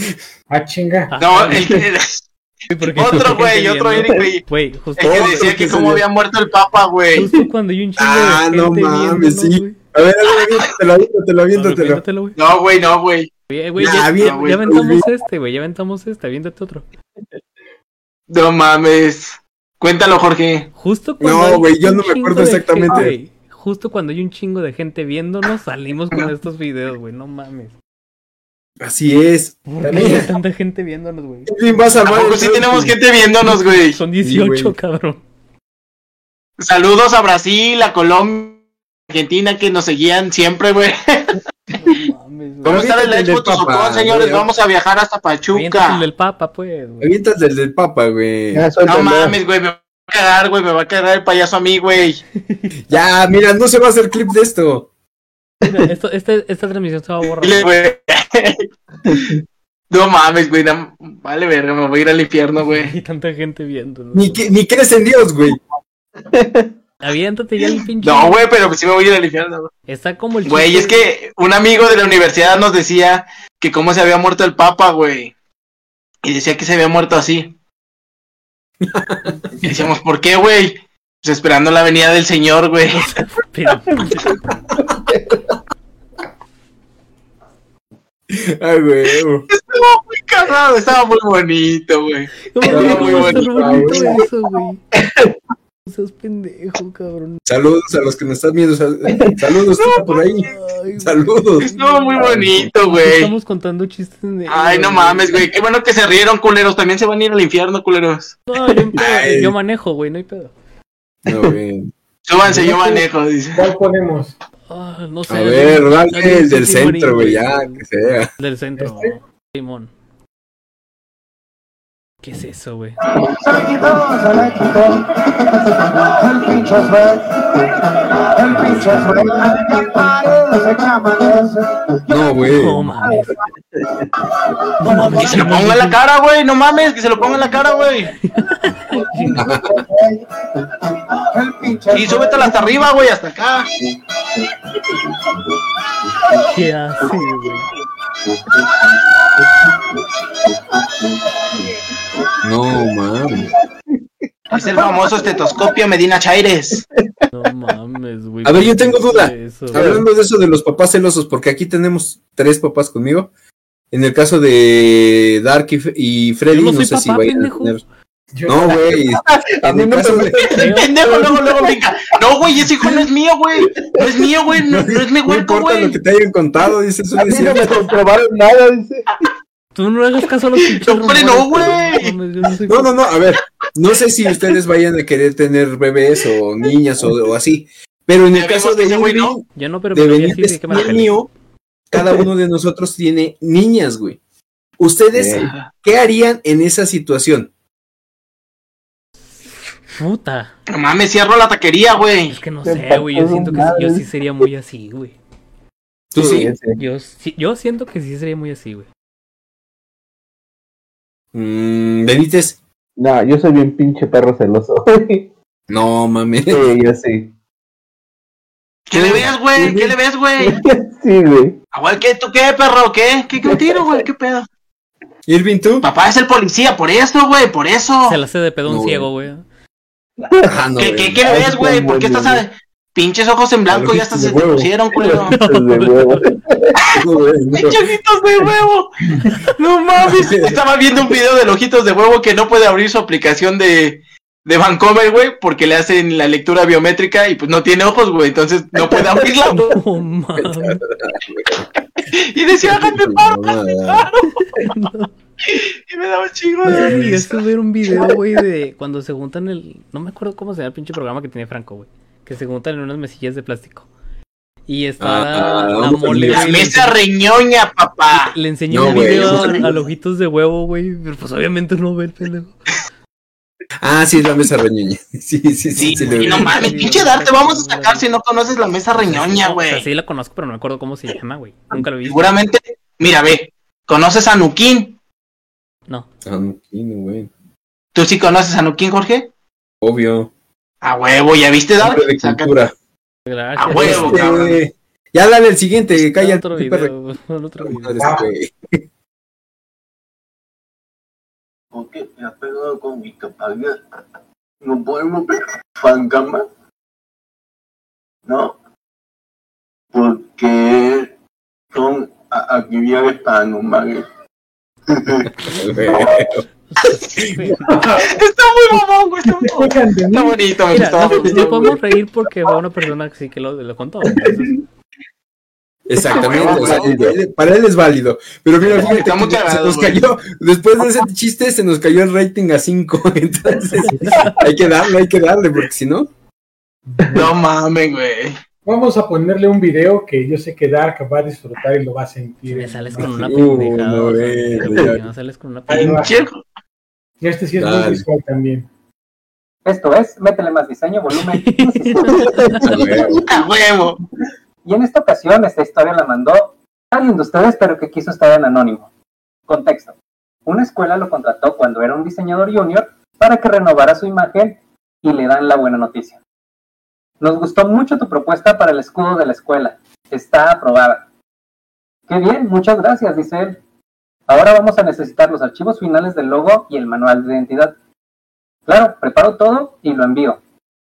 Speaker 5: Ah, chinga.
Speaker 3: No, el que,
Speaker 4: ¿Por qué?
Speaker 3: otro, güey, otro Eric, güey.
Speaker 4: Güey, justo,
Speaker 2: Eh,
Speaker 3: El que decía que cómo había muerto el Papa, güey.
Speaker 4: justo cuando hay un chingo de
Speaker 2: Ah, no
Speaker 4: gente
Speaker 2: mames,
Speaker 4: viéndonos,
Speaker 2: sí.
Speaker 4: güey.
Speaker 2: A ver, a ver, a ver, te lo aviento, te lo aviento, te lo.
Speaker 4: Aviéntatelo, güey.
Speaker 3: No, güey, no, güey.
Speaker 4: Oye, güey,
Speaker 2: Ya,
Speaker 4: ya,
Speaker 2: bien,
Speaker 4: ya-
Speaker 3: Ah, güey,
Speaker 4: ya aventamos
Speaker 2: bien.
Speaker 4: este, güey, ya aventamos este, aviéntate otro.
Speaker 3: No mames. Cuéntalo, Jorge.
Speaker 4: Justo cuando
Speaker 2: No,
Speaker 4: hay
Speaker 2: güey, yo
Speaker 4: un
Speaker 2: no me
Speaker 4: chingo
Speaker 2: acuerdo
Speaker 4: de
Speaker 2: exactamente.
Speaker 4: gente, güey, justo cuando hay un chingo de gente viéndonos, salimos con estos videos, güey, no mames.
Speaker 2: Así es.
Speaker 4: ¿Por qué hay tanta gente viéndonos, güey?
Speaker 2: Irving, vas a armar
Speaker 3: Tampoco
Speaker 2: el
Speaker 3: sí
Speaker 2: Freddy.
Speaker 3: tenemos gente viéndonos, güey.
Speaker 4: Son
Speaker 2: Sí,
Speaker 4: 18,
Speaker 2: güey.
Speaker 4: cabrón.
Speaker 3: Saludos a Brasil, a Colombia, Argentina, que nos seguían siempre, güey.
Speaker 4: No mames,
Speaker 3: ¿Cómo
Speaker 4: güey.
Speaker 3: está el
Speaker 2: Aviéntate el del
Speaker 3: Expo Tuzocón,
Speaker 2: Papa,
Speaker 3: señores?
Speaker 2: güey.
Speaker 3: Vamos a viajar hasta
Speaker 4: Aviéntate
Speaker 3: Pachuca.
Speaker 4: el del papa, pues, güey.
Speaker 2: Avientas el del Papa, güey.
Speaker 1: Ya,
Speaker 3: No
Speaker 1: suéltalo.
Speaker 3: mames, güey, me va a cagar, güey, me va a cagar el payaso a mí, güey.
Speaker 2: Ya, mira, no se va a hacer clip de esto.
Speaker 4: Mira, esto- este- esta transmisión se va a borrar.
Speaker 3: Dile, güey. No mames, güey, no- vale verga, me voy a ir al infierno, güey.
Speaker 4: Hay tanta gente viéndonos.
Speaker 2: Ni, que, ni crees en Dios, güey.
Speaker 4: Aviéntate ya el pinche.
Speaker 3: No, güey, pero sí me voy a ir al infierno, güey.
Speaker 4: Está como el
Speaker 3: Güey,
Speaker 4: chiste-
Speaker 3: es que un amigo de la universidad nos decía que cómo se había muerto el Papa, güey. Y decía que se había muerto así. Y decíamos, ¿por qué, güey? Pues esperando la venida del Señor, güey.
Speaker 4: Pero-
Speaker 2: Ay, güey. uh.
Speaker 3: Estuvo muy cagado, estaba muy bonito, güey.
Speaker 4: ¿Cómo
Speaker 3: Estaba
Speaker 4: no,
Speaker 3: muy
Speaker 4: cómo está
Speaker 3: bonito,
Speaker 4: bonito eso, güey? No seas pendejo, cabrón.
Speaker 2: Saludos a los que nos están viendo. sal- Saludos, está por ahí.
Speaker 4: Ay,
Speaker 2: Saludos.
Speaker 3: Estuvo muy bonito, güey.
Speaker 4: Estamos contando chistes negros.
Speaker 3: Ay, no mames, güey. Qué bueno que se rieron, culeros. También se van a ir al infierno, culeros.
Speaker 4: No, yo,
Speaker 2: Ay.
Speaker 4: yo manejo, güey, no hay pedo.
Speaker 2: No, güey.
Speaker 3: Súbanse, yo manejo, dice.
Speaker 5: ¿Cuál ponemos?
Speaker 4: Ah, no sé.
Speaker 2: A ver, dale
Speaker 4: Dale
Speaker 2: el del
Speaker 4: Simón y-
Speaker 2: centro, güey, ya, que sea.
Speaker 4: Del centro.
Speaker 5: ¿Este?
Speaker 4: Simón. ¿Qué es eso, güey?
Speaker 6: Se le quitó, se le quitó. El pinche suel. El pinche suel. El pared se llama
Speaker 2: No, güey.
Speaker 4: No mames.
Speaker 3: Que se lo ponga en la cara, güey. No mames, que se lo ponga en la cara, güey.
Speaker 6: El pinche
Speaker 3: Y súbetela hasta arriba, güey, hasta acá.
Speaker 4: ¿Qué hace, güey?
Speaker 2: No, mames.
Speaker 3: Es el famoso estetoscopio Medina Chaires.
Speaker 4: No mames, güey.
Speaker 2: A ver, yo tengo duda.
Speaker 4: Eso,
Speaker 2: Hablando de eso de los papás celosos, porque aquí tenemos tres papás conmigo. En el caso de Dark y, F- y Freddy,
Speaker 4: Yo no
Speaker 2: no,
Speaker 4: soy
Speaker 2: sé si
Speaker 4: papá,
Speaker 2: vayan a
Speaker 4: pendejo.
Speaker 2: tener.
Speaker 5: Yo-
Speaker 2: No, güey.
Speaker 1: A
Speaker 2: En
Speaker 1: mí
Speaker 2: el
Speaker 1: no
Speaker 2: caso
Speaker 1: me
Speaker 2: de.
Speaker 4: creo.
Speaker 3: Pendejo, luego, luego brinca. No, güey, ese hijo no es mío, güey. No es mío, güey. No, no es mi
Speaker 2: No
Speaker 3: hueco,
Speaker 2: importa lo que
Speaker 3: güey.
Speaker 2: te hayan contado, dice eso.
Speaker 1: A mí no me comprobaron nada, dice.
Speaker 4: Tú no hagas caso a los pinches
Speaker 3: No, hombre, no,
Speaker 4: rumores,
Speaker 3: güey.
Speaker 4: mames, yo no soy
Speaker 2: No, no, no, a ver, no sé si ustedes vayan a querer tener bebés o niñas o, o así, pero en el
Speaker 3: Ya vimos
Speaker 2: caso
Speaker 3: que
Speaker 2: de
Speaker 3: ese güey
Speaker 2: Ingrid,
Speaker 3: no.
Speaker 4: Ya no, pero
Speaker 2: de
Speaker 4: pero ya sí,
Speaker 2: Benítez
Speaker 4: de qué
Speaker 2: y
Speaker 4: manera.
Speaker 2: el mío, cada uno de nosotros tiene niñas, güey. ¿Ustedes
Speaker 1: Bien.
Speaker 2: qué harían en esa situación?
Speaker 4: Puta.
Speaker 3: No mames, cierro la taquería, güey.
Speaker 4: Es que no
Speaker 1: Te
Speaker 4: sé, güey. Yo
Speaker 1: pasó
Speaker 4: siento que
Speaker 1: madre.
Speaker 4: sí- yo sí sería muy así, güey.
Speaker 2: Tú sí.
Speaker 4: Yo, sí- yo siento que sí sería muy así, güey.
Speaker 2: Mm, Benítez,
Speaker 1: No, yo soy bien pinche perro celoso. Sí,
Speaker 2: no mames.
Speaker 1: yo sí.
Speaker 3: ¿Qué le ves, güey? ¿Qué le ves, güey?
Speaker 1: Sí, güey.
Speaker 3: Igual que tú, ¿qué, perro? ¿Qué? ¿Qué, qué tiro, güey? ¿Qué pedo?
Speaker 2: Irving, tú.
Speaker 3: Papá es el policía, por eso, güey, por eso.
Speaker 4: Se la hace de pedo a un
Speaker 2: No,
Speaker 4: ciego, güey.
Speaker 2: Ah, no,
Speaker 3: ¿Qué,
Speaker 2: güey.
Speaker 3: qué, qué le ves,
Speaker 1: Ay,
Speaker 3: güey?
Speaker 1: qué
Speaker 3: ¿Por qué estás a... Pinches ojos en blanco, ya hasta
Speaker 2: de
Speaker 3: se te
Speaker 2: huevo.
Speaker 3: pusieron, culero.
Speaker 1: Los de huevo.
Speaker 2: No, güey, no.
Speaker 3: ¡Pinches ojitos de huevo! ¡No mames! Estaba viendo un video de ojitos de huevo que no puede abrir su aplicación de, de Vancomer, güey, porque le hacen la lectura biométrica y pues no tiene ojos, güey, entonces no puede abrirla. güey.
Speaker 4: No mames.
Speaker 3: Y decía, háganme paro, háganme paro.
Speaker 4: No.
Speaker 3: Y me daba un chingo de
Speaker 4: Güey,
Speaker 3: risa.
Speaker 4: Llegaste a ver un video, güey, de cuando se juntan el. No me acuerdo cómo se llama el pinche programa que tiene Franco, güey. Que se juntan en unas mesillas de plástico. Y está
Speaker 2: Ah,
Speaker 4: la
Speaker 2: vamos a
Speaker 4: mole,
Speaker 2: olvidar.
Speaker 3: La
Speaker 4: güey. le
Speaker 3: mesa
Speaker 4: enseñó-
Speaker 3: reñoña, papá.
Speaker 4: Le enseñó
Speaker 2: No,
Speaker 4: un
Speaker 2: güey,
Speaker 4: video
Speaker 2: eso
Speaker 4: a,
Speaker 2: es-
Speaker 4: a los ojitos de huevo, güey. Pero pues obviamente no ve el pendejo.
Speaker 2: Ah, sí, es la mesa reñoña. Sí, sí, sí.
Speaker 3: Sí,
Speaker 2: sí,
Speaker 3: güey,
Speaker 2: lo-
Speaker 3: no mames, pinche edad te vamos a sacar si no conoces la mesa reñoña,
Speaker 4: O sea,
Speaker 3: güey.
Speaker 4: sí la conozco, pero no me acuerdo cómo se llama, güey. Nunca lo vi.
Speaker 3: Seguramente, mira, ve, conoces a Nuquín.
Speaker 2: Ah, no, güey.
Speaker 3: ¿Tú sí conoces a Nuquín, Jorge?
Speaker 2: Obvio.
Speaker 3: A huevo, ¿ya viste, Dark?
Speaker 2: Hombre de
Speaker 3: Saca-
Speaker 2: cultura.
Speaker 4: Gracias.
Speaker 3: A huevo,
Speaker 2: Este,
Speaker 3: cabrón.
Speaker 2: Ya dale el siguiente,
Speaker 4: Era
Speaker 2: cállate.
Speaker 4: otro
Speaker 2: qué perra-
Speaker 4: video, güey, era otro video.
Speaker 2: madre, este güey.
Speaker 6: ¿Por qué me ha pegado con mi capacidad? ¿No podemos ver Fangama? No. Porque son a- actividades paranormales.
Speaker 2: este,
Speaker 3: Está muy mamón, güey. Está, muy mamón.
Speaker 5: Oigan, de mí,
Speaker 3: Está bonito, me
Speaker 4: Mira,
Speaker 3: gustaba.
Speaker 4: no,
Speaker 3: me
Speaker 4: nos
Speaker 3: gustaba.
Speaker 4: podemos reír porque va una persona que sí que lo, lo contó. entonces,
Speaker 2: Exactamente, o sea, para él- para él es válido. Pero mira, fíjate,
Speaker 3: Está muy
Speaker 2: que se
Speaker 3: cagado,
Speaker 2: nos
Speaker 3: güey.
Speaker 2: cayó, después de ese chiste se nos cayó el rating a 5, entonces hay que darle, hay que darle, porque si no,
Speaker 3: No mames, güey.
Speaker 5: Vamos a ponerle un video que yo sé que Dark va a disfrutar y lo va a
Speaker 4: Si
Speaker 5: sentir.
Speaker 4: me sales con
Speaker 5: ¿no?
Speaker 4: una
Speaker 2: Uh,
Speaker 4: pendejada.
Speaker 2: no,
Speaker 4: o sea,
Speaker 2: eh,
Speaker 4: si
Speaker 2: ya.
Speaker 4: no sales con una
Speaker 5: Ahí
Speaker 4: pendejada.
Speaker 5: va.
Speaker 3: Pinche-
Speaker 5: Y este sí es
Speaker 2: Dale.
Speaker 5: muy visual también.
Speaker 6: Esto es, métele más diseño, volumen.
Speaker 2: a ver,
Speaker 3: A huevo.
Speaker 6: Y en esta ocasión, esta historia la mandó alguien de ustedes, pero que quiso estar en anónimo. Contexto. Una escuela lo contrató cuando era un diseñador junior para que renovara su imagen y le dan la buena noticia. Nos gustó mucho tu propuesta para el escudo de la escuela. Está aprobada. Qué bien, muchas gracias, dice él. Ahora vamos a necesitar los archivos finales del logo y el manual de identidad. Claro, preparo todo y lo envío.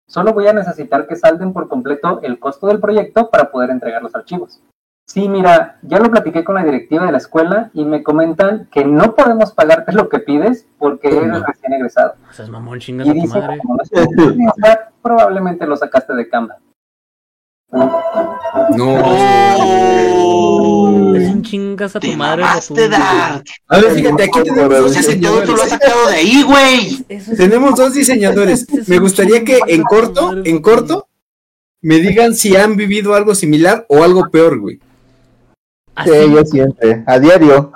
Speaker 6: Solo voy a necesitar que salden por completo el costo del proyecto para poder entregar los archivos. Sí, mira, ya lo platiqué con la directiva de la escuela y me comentan que no podemos pagarte lo que pides porque eres recién egresado.
Speaker 4: O sea, es mamón, chingas
Speaker 6: Y
Speaker 4: a tu
Speaker 6: dice,
Speaker 4: madre.
Speaker 6: como no es tu universidad, probablemente lo sacaste de cama.
Speaker 3: ¡Oh!
Speaker 4: Es un chingas a tu
Speaker 3: ¡Te
Speaker 4: madre.
Speaker 3: mamaste,
Speaker 4: rotundo.
Speaker 3: Dark!
Speaker 2: A ver, fíjate, aquí tenemos dos
Speaker 3: Ese señor tú lo has
Speaker 2: diseñadores.
Speaker 3: sacado de ahí, güey.
Speaker 4: Eso es-
Speaker 2: Tenemos dos diseñadores.
Speaker 4: Es
Speaker 2: Me
Speaker 4: un
Speaker 2: gustaría que
Speaker 4: chingas a
Speaker 2: en
Speaker 4: tu
Speaker 2: corto,
Speaker 4: madre,
Speaker 2: en
Speaker 4: rotundo.
Speaker 2: corto, me digan si han vivido algo similar o algo peor, güey.
Speaker 4: Así,
Speaker 1: Sí, yo siempre, a diario.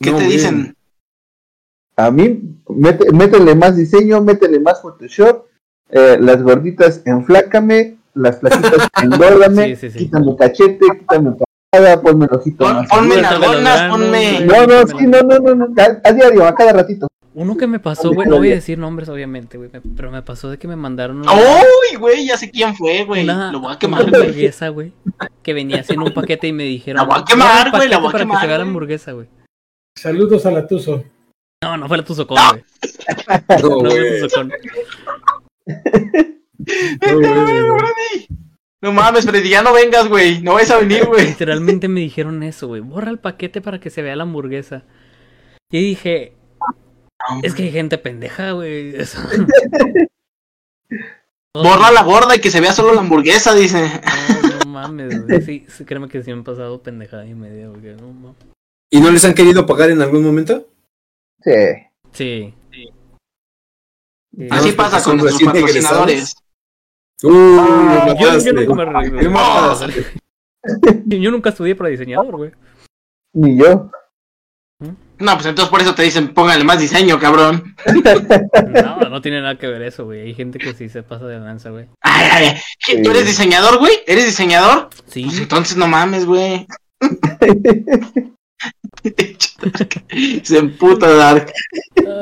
Speaker 3: ¿Qué
Speaker 2: No,
Speaker 3: te
Speaker 2: güey.
Speaker 3: dicen?
Speaker 1: A mí, mete- métele más diseño, métele más Photoshop, eh, las gorditas enflácame, las flaquitas
Speaker 4: Sí,
Speaker 1: engórdame,
Speaker 4: sí, sí.
Speaker 1: quítame cachete, quítame papada, ponme el ojito
Speaker 3: Pon-
Speaker 1: más.
Speaker 3: ponme
Speaker 4: Suéltame los
Speaker 3: nalgonas,
Speaker 4: granos,
Speaker 3: ponme.
Speaker 4: güey.
Speaker 1: No, no, sí, no, no, no, no, a, a diario, a cada ratito.
Speaker 4: Uno que me pasó, güey. No voy a decir nombres, obviamente, güey. me- Pero me pasó de que me mandaron una,
Speaker 3: ¡Uy, güey! Ya sé quién fue, ¡Oh, güey.
Speaker 4: una-
Speaker 3: Lo voy a
Speaker 4: una
Speaker 3: quemar, güey.
Speaker 4: hamburguesa, güey. Que venía así en un paquete y me dijeron.
Speaker 3: La voy a
Speaker 4: "Lleva el
Speaker 3: quemar, güey,
Speaker 4: paquete
Speaker 3: la voy a
Speaker 4: Para que se
Speaker 3: quemar,
Speaker 4: vea la
Speaker 3: güey".
Speaker 4: hamburguesa, güey.
Speaker 5: Saludos a la Tuzo.
Speaker 4: No, no fue la tu socón, güey.
Speaker 2: No,
Speaker 4: No fue
Speaker 2: güey.
Speaker 4: la Tuzocón.
Speaker 2: No, güey.
Speaker 3: Freddy. No mames, Freddy, ya no vengas, güey. No vas a venir, güey.
Speaker 4: Literalmente me dijeron eso, güey. Borra el paquete para que se vea la hamburguesa. Y dije, es que hay gente pendeja, güey. eso. No,
Speaker 3: Borra la gorda y que se vea solo la hamburguesa, dice.
Speaker 4: Ah, No, no mames, güey. Sí, sí, créeme que sí me han pasado pendejada y media, güey. No, mames.
Speaker 2: ¿Y no les han querido pagar en algún momento?
Speaker 1: Sí,
Speaker 4: Sí. Eh, Sí.
Speaker 2: Ah,
Speaker 3: Así
Speaker 2: porque
Speaker 3: pasa
Speaker 2: son
Speaker 3: con nuestros
Speaker 2: recién egresados.
Speaker 3: patrocinadores.
Speaker 2: Uh,
Speaker 4: Yo-
Speaker 2: me
Speaker 4: yo
Speaker 2: mataste.
Speaker 4: nunca me
Speaker 2: Me
Speaker 4: arreglo.
Speaker 2: mataste.
Speaker 4: Yo nunca estudié para diseñador, güey.
Speaker 1: ni yo.
Speaker 3: No, pues entonces por eso te dicen, póngale más diseño, cabrón.
Speaker 4: No, no tiene nada que ver eso, güey. Hay gente que sí se pasa de lanza, güey.
Speaker 3: Ay, ay, ay. ¿Tú eres diseñador, güey? ¿Eres diseñador?
Speaker 4: Sí.
Speaker 3: Pues entonces no mames, güey. Se emputa Dark.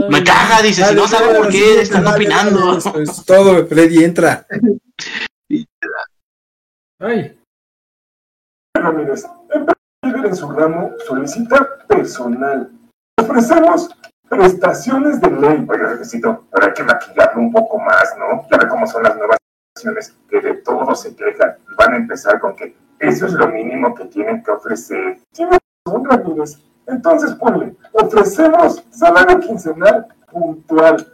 Speaker 3: Me caga, dice, si no sabe por qué están opinando.
Speaker 2: Eso es Pues, todo, Freddy, entra.
Speaker 5: Ay,
Speaker 8: Ramírez, empresa líder en su ramo, solicita personal. Ofrecemos prestaciones de ley. Oiga, necesito, pero hay que maquillarlo un poco más, ¿no? Ya ve cómo son las nuevas prestaciones que de todo se quejan. Y van a empezar con que eso es lo mínimo que tienen que ofrecer. Tiene razón, Ramírez. Entonces ponle, ofrecemos salario quincenal puntual,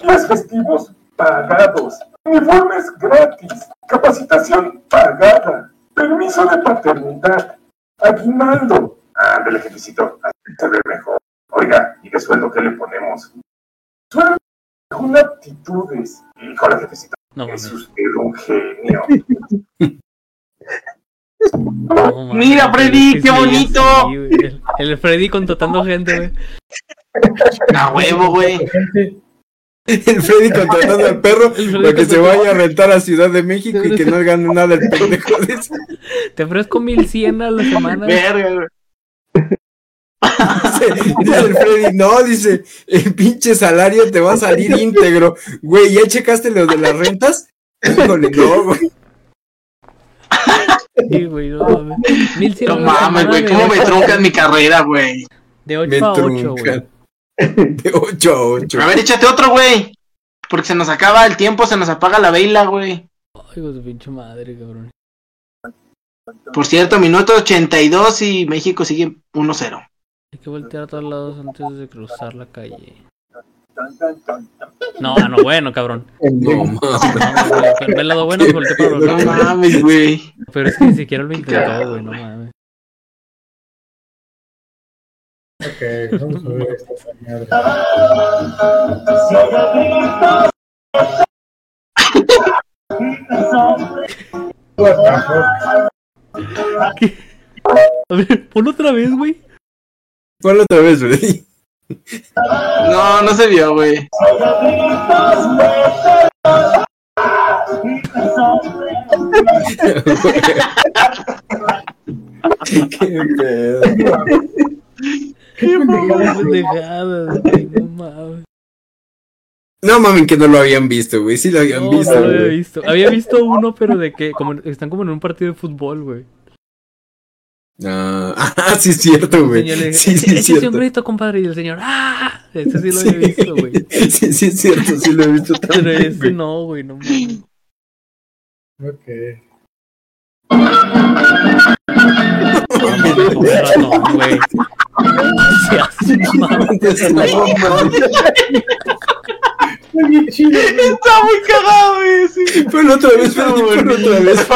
Speaker 8: días festivos pagados, uniformes gratis, capacitación pagada, Permiso de paternidad. Aguinaldo. Ándale, jefecito. Así se ve mejor. Oiga, ¿y de sueldo qué le ponemos? Sueldo con aptitudes. Híjole, jefecito.
Speaker 4: No, mames.
Speaker 8: Es usted un genio.
Speaker 4: No, mames.
Speaker 3: Mira, Freddy,
Speaker 4: Sí,
Speaker 3: qué
Speaker 4: sí,
Speaker 3: bonito.
Speaker 4: sí, güey. el, el Freddy contratando gente, güey.
Speaker 3: A huevo, güey.
Speaker 5: gente.
Speaker 2: El Freddy contratando al perro
Speaker 4: El Freddy
Speaker 2: para que se
Speaker 4: contratando-
Speaker 2: vaya a rentar a Ciudad de México y que no gane nada el pendejo de ese.
Speaker 4: Te ofrezco 1100 a la semana.
Speaker 3: Verga, güey.
Speaker 2: Dice, dice el Freddy, no, dice, el pinche salario te va a salir íntegro. Güey, ¿ya checaste lo de las rentas? Híjole, no, güey.
Speaker 4: Sí, güey, no mames. 1100
Speaker 3: No
Speaker 4: a la
Speaker 3: mames,
Speaker 4: semana
Speaker 3: güey.
Speaker 4: de
Speaker 3: ¿Cómo me
Speaker 4: ocho-
Speaker 3: truncan mi carrera, güey?
Speaker 4: De
Speaker 2: Me
Speaker 4: 8 a 8, güey.
Speaker 2: truncan. De 8 a 8.
Speaker 3: A ver, échate otro, güey. Porque se nos acaba el tiempo, se nos apaga la vela, güey.
Speaker 4: Ay, güey, su pinche madre, cabrón.
Speaker 3: Por cierto, minuto 82 y México sigue 1-0.
Speaker 4: Hay que voltear a todos lados antes de cruzar la calle. No, ah, no, bueno, cabrón.
Speaker 2: No, mames.
Speaker 4: No, güey, pero ve el lado bueno y voltea para los
Speaker 3: No
Speaker 4: lados.
Speaker 3: mames, güey.
Speaker 4: Pero es que ni siquiera lo intentó, güey, no mames.
Speaker 5: Ok, vamos a ver esta madre. What the fuck?
Speaker 4: A ver, ponlo otra vez, güey.
Speaker 2: Ponlo otra vez, Freddy.
Speaker 3: No, no se vio, güey.
Speaker 2: Qué pedo.
Speaker 5: Qué pendejada.
Speaker 4: Pendejadas, güey, no mames.
Speaker 2: No mames, que no lo habían visto, güey. Sí lo habían
Speaker 4: No,
Speaker 2: visto.
Speaker 4: no lo había
Speaker 2: güey.
Speaker 4: visto. Había visto uno, pero de que como, están como en un partido de fútbol, güey.
Speaker 2: Ah, ah, sí es cierto,
Speaker 4: El señor
Speaker 2: güey.
Speaker 4: le dice,
Speaker 2: Sí,
Speaker 4: "Ese-
Speaker 2: sí es
Speaker 4: ese es un
Speaker 2: cierto.
Speaker 4: grito, compadre. Y el señor, ¡ah! Ese sí lo
Speaker 2: Sí.
Speaker 4: había visto, güey.
Speaker 2: Sí, sí es cierto, sí lo he visto
Speaker 4: Pero
Speaker 2: también,
Speaker 4: ese
Speaker 2: güey.
Speaker 4: no, güey, no mames.
Speaker 5: Ok.
Speaker 4: Un ratón, güey. Se hace mamá.
Speaker 5: Está bien chido. güey.
Speaker 3: Está muy cagado, güey. sí.
Speaker 2: Pero otra vez,
Speaker 3: Está
Speaker 2: Freddy, pero
Speaker 3: bonito.
Speaker 2: otra vez.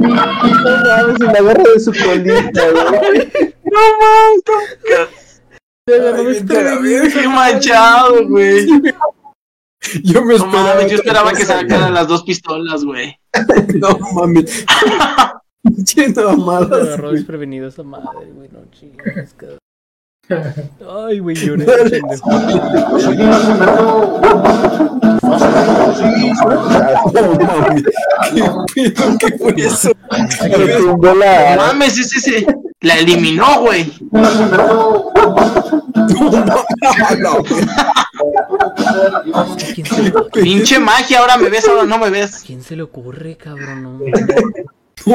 Speaker 1: mames, y la agarra de su colita, güey.
Speaker 3: No mames, está muy cagado.
Speaker 2: Ay, vete a la verga.
Speaker 3: Qué manchado, güey.
Speaker 2: Yo me
Speaker 3: No
Speaker 2: esperaba.
Speaker 3: mames, yo esperaba
Speaker 2: otra
Speaker 3: que
Speaker 2: cosa,
Speaker 3: sacaran las dos pistolas, güey.
Speaker 2: güey. No mames. Lleno de
Speaker 4: Me
Speaker 2: mamadas.
Speaker 4: agarró
Speaker 2: güey.
Speaker 4: desprevenido esa madre, güey. No chingas, cabrón. Ay, güey, lloré.
Speaker 2: Dale.
Speaker 4: pendejo.
Speaker 2: No mames. ¿Qué pedo? ¿Qué fue eso?
Speaker 1: Le tumbó la-
Speaker 3: No mames, es ese. La eliminó, güey.
Speaker 2: No mames.
Speaker 4: ¿Quién se, le,
Speaker 3: Pinche magia, ahora me ves, ahora no me ves.
Speaker 4: quién se le ocurre, cabrón? No,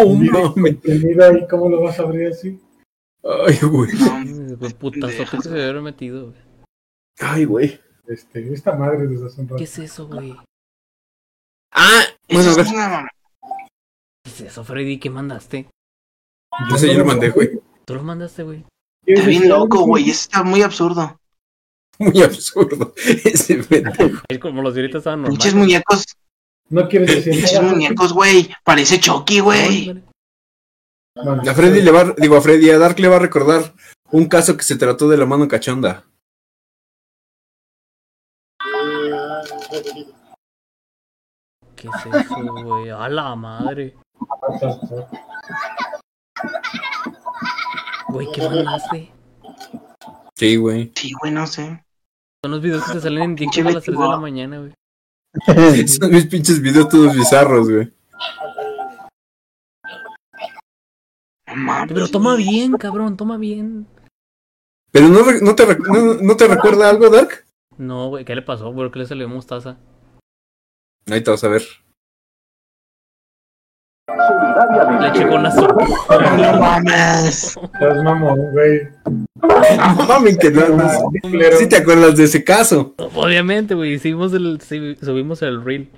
Speaker 2: No mames.
Speaker 5: Prendido ahí, ¿cómo lo vas a abrir así?
Speaker 2: Ay, güey.
Speaker 4: mames, güey, putazo que se hubiera metido, güey.
Speaker 2: Ay, güey.
Speaker 5: Este, esta madre desde hace un rato.
Speaker 4: ¿Qué es eso, güey?
Speaker 2: Ah, bueno, a
Speaker 3: Eso
Speaker 2: ver.
Speaker 3: es una mamá.
Speaker 4: ¿Qué es eso, Freddy? ¿Qué mandaste?
Speaker 2: No sé, yo lo mandé, güey.
Speaker 4: ¿Tú lo mandaste, güey?
Speaker 3: Está bien loco, güey. Eso está muy absurdo.
Speaker 2: Muy absurdo. Ese pendejo.
Speaker 4: Es como los ahorita estaban
Speaker 3: Pinches
Speaker 4: normales.
Speaker 3: muñecos,
Speaker 5: No quieres decir
Speaker 3: pinches muñecos, güey. Parece Chucky, güey.
Speaker 5: No,
Speaker 2: A Freddy le va, digo, a Freddy, a Dark le va a recordar un caso que se trató de la mano cachonda.
Speaker 4: ¿Qué es eso, güey? A la madre. Güey, ¿qué mandaste?
Speaker 2: Sí, güey.
Speaker 3: Sí, güey, no sé.
Speaker 4: Son los videos que te salen en YouTube a las 3 de la mañana, güey.
Speaker 2: Son mis pinches videos todos bizarros, güey.
Speaker 3: No mames.
Speaker 4: Pero toma bien, cabrón, toma bien.
Speaker 2: Pero no, re- no, te, rec- no, no te recuerda algo, Dark?
Speaker 4: No, güey, ¿qué le pasó? ¿Por qué le salió mostaza?
Speaker 2: Ahí te vas a ver.
Speaker 4: Le checó una sopa.
Speaker 3: No mames.
Speaker 5: Estás mamón, güey.
Speaker 2: No mames, que no, no sé.
Speaker 5: Culero.
Speaker 2: Sí te acuerdas de ese caso.
Speaker 4: Obviamente, güey, hicimos el, sí, subimos el reel.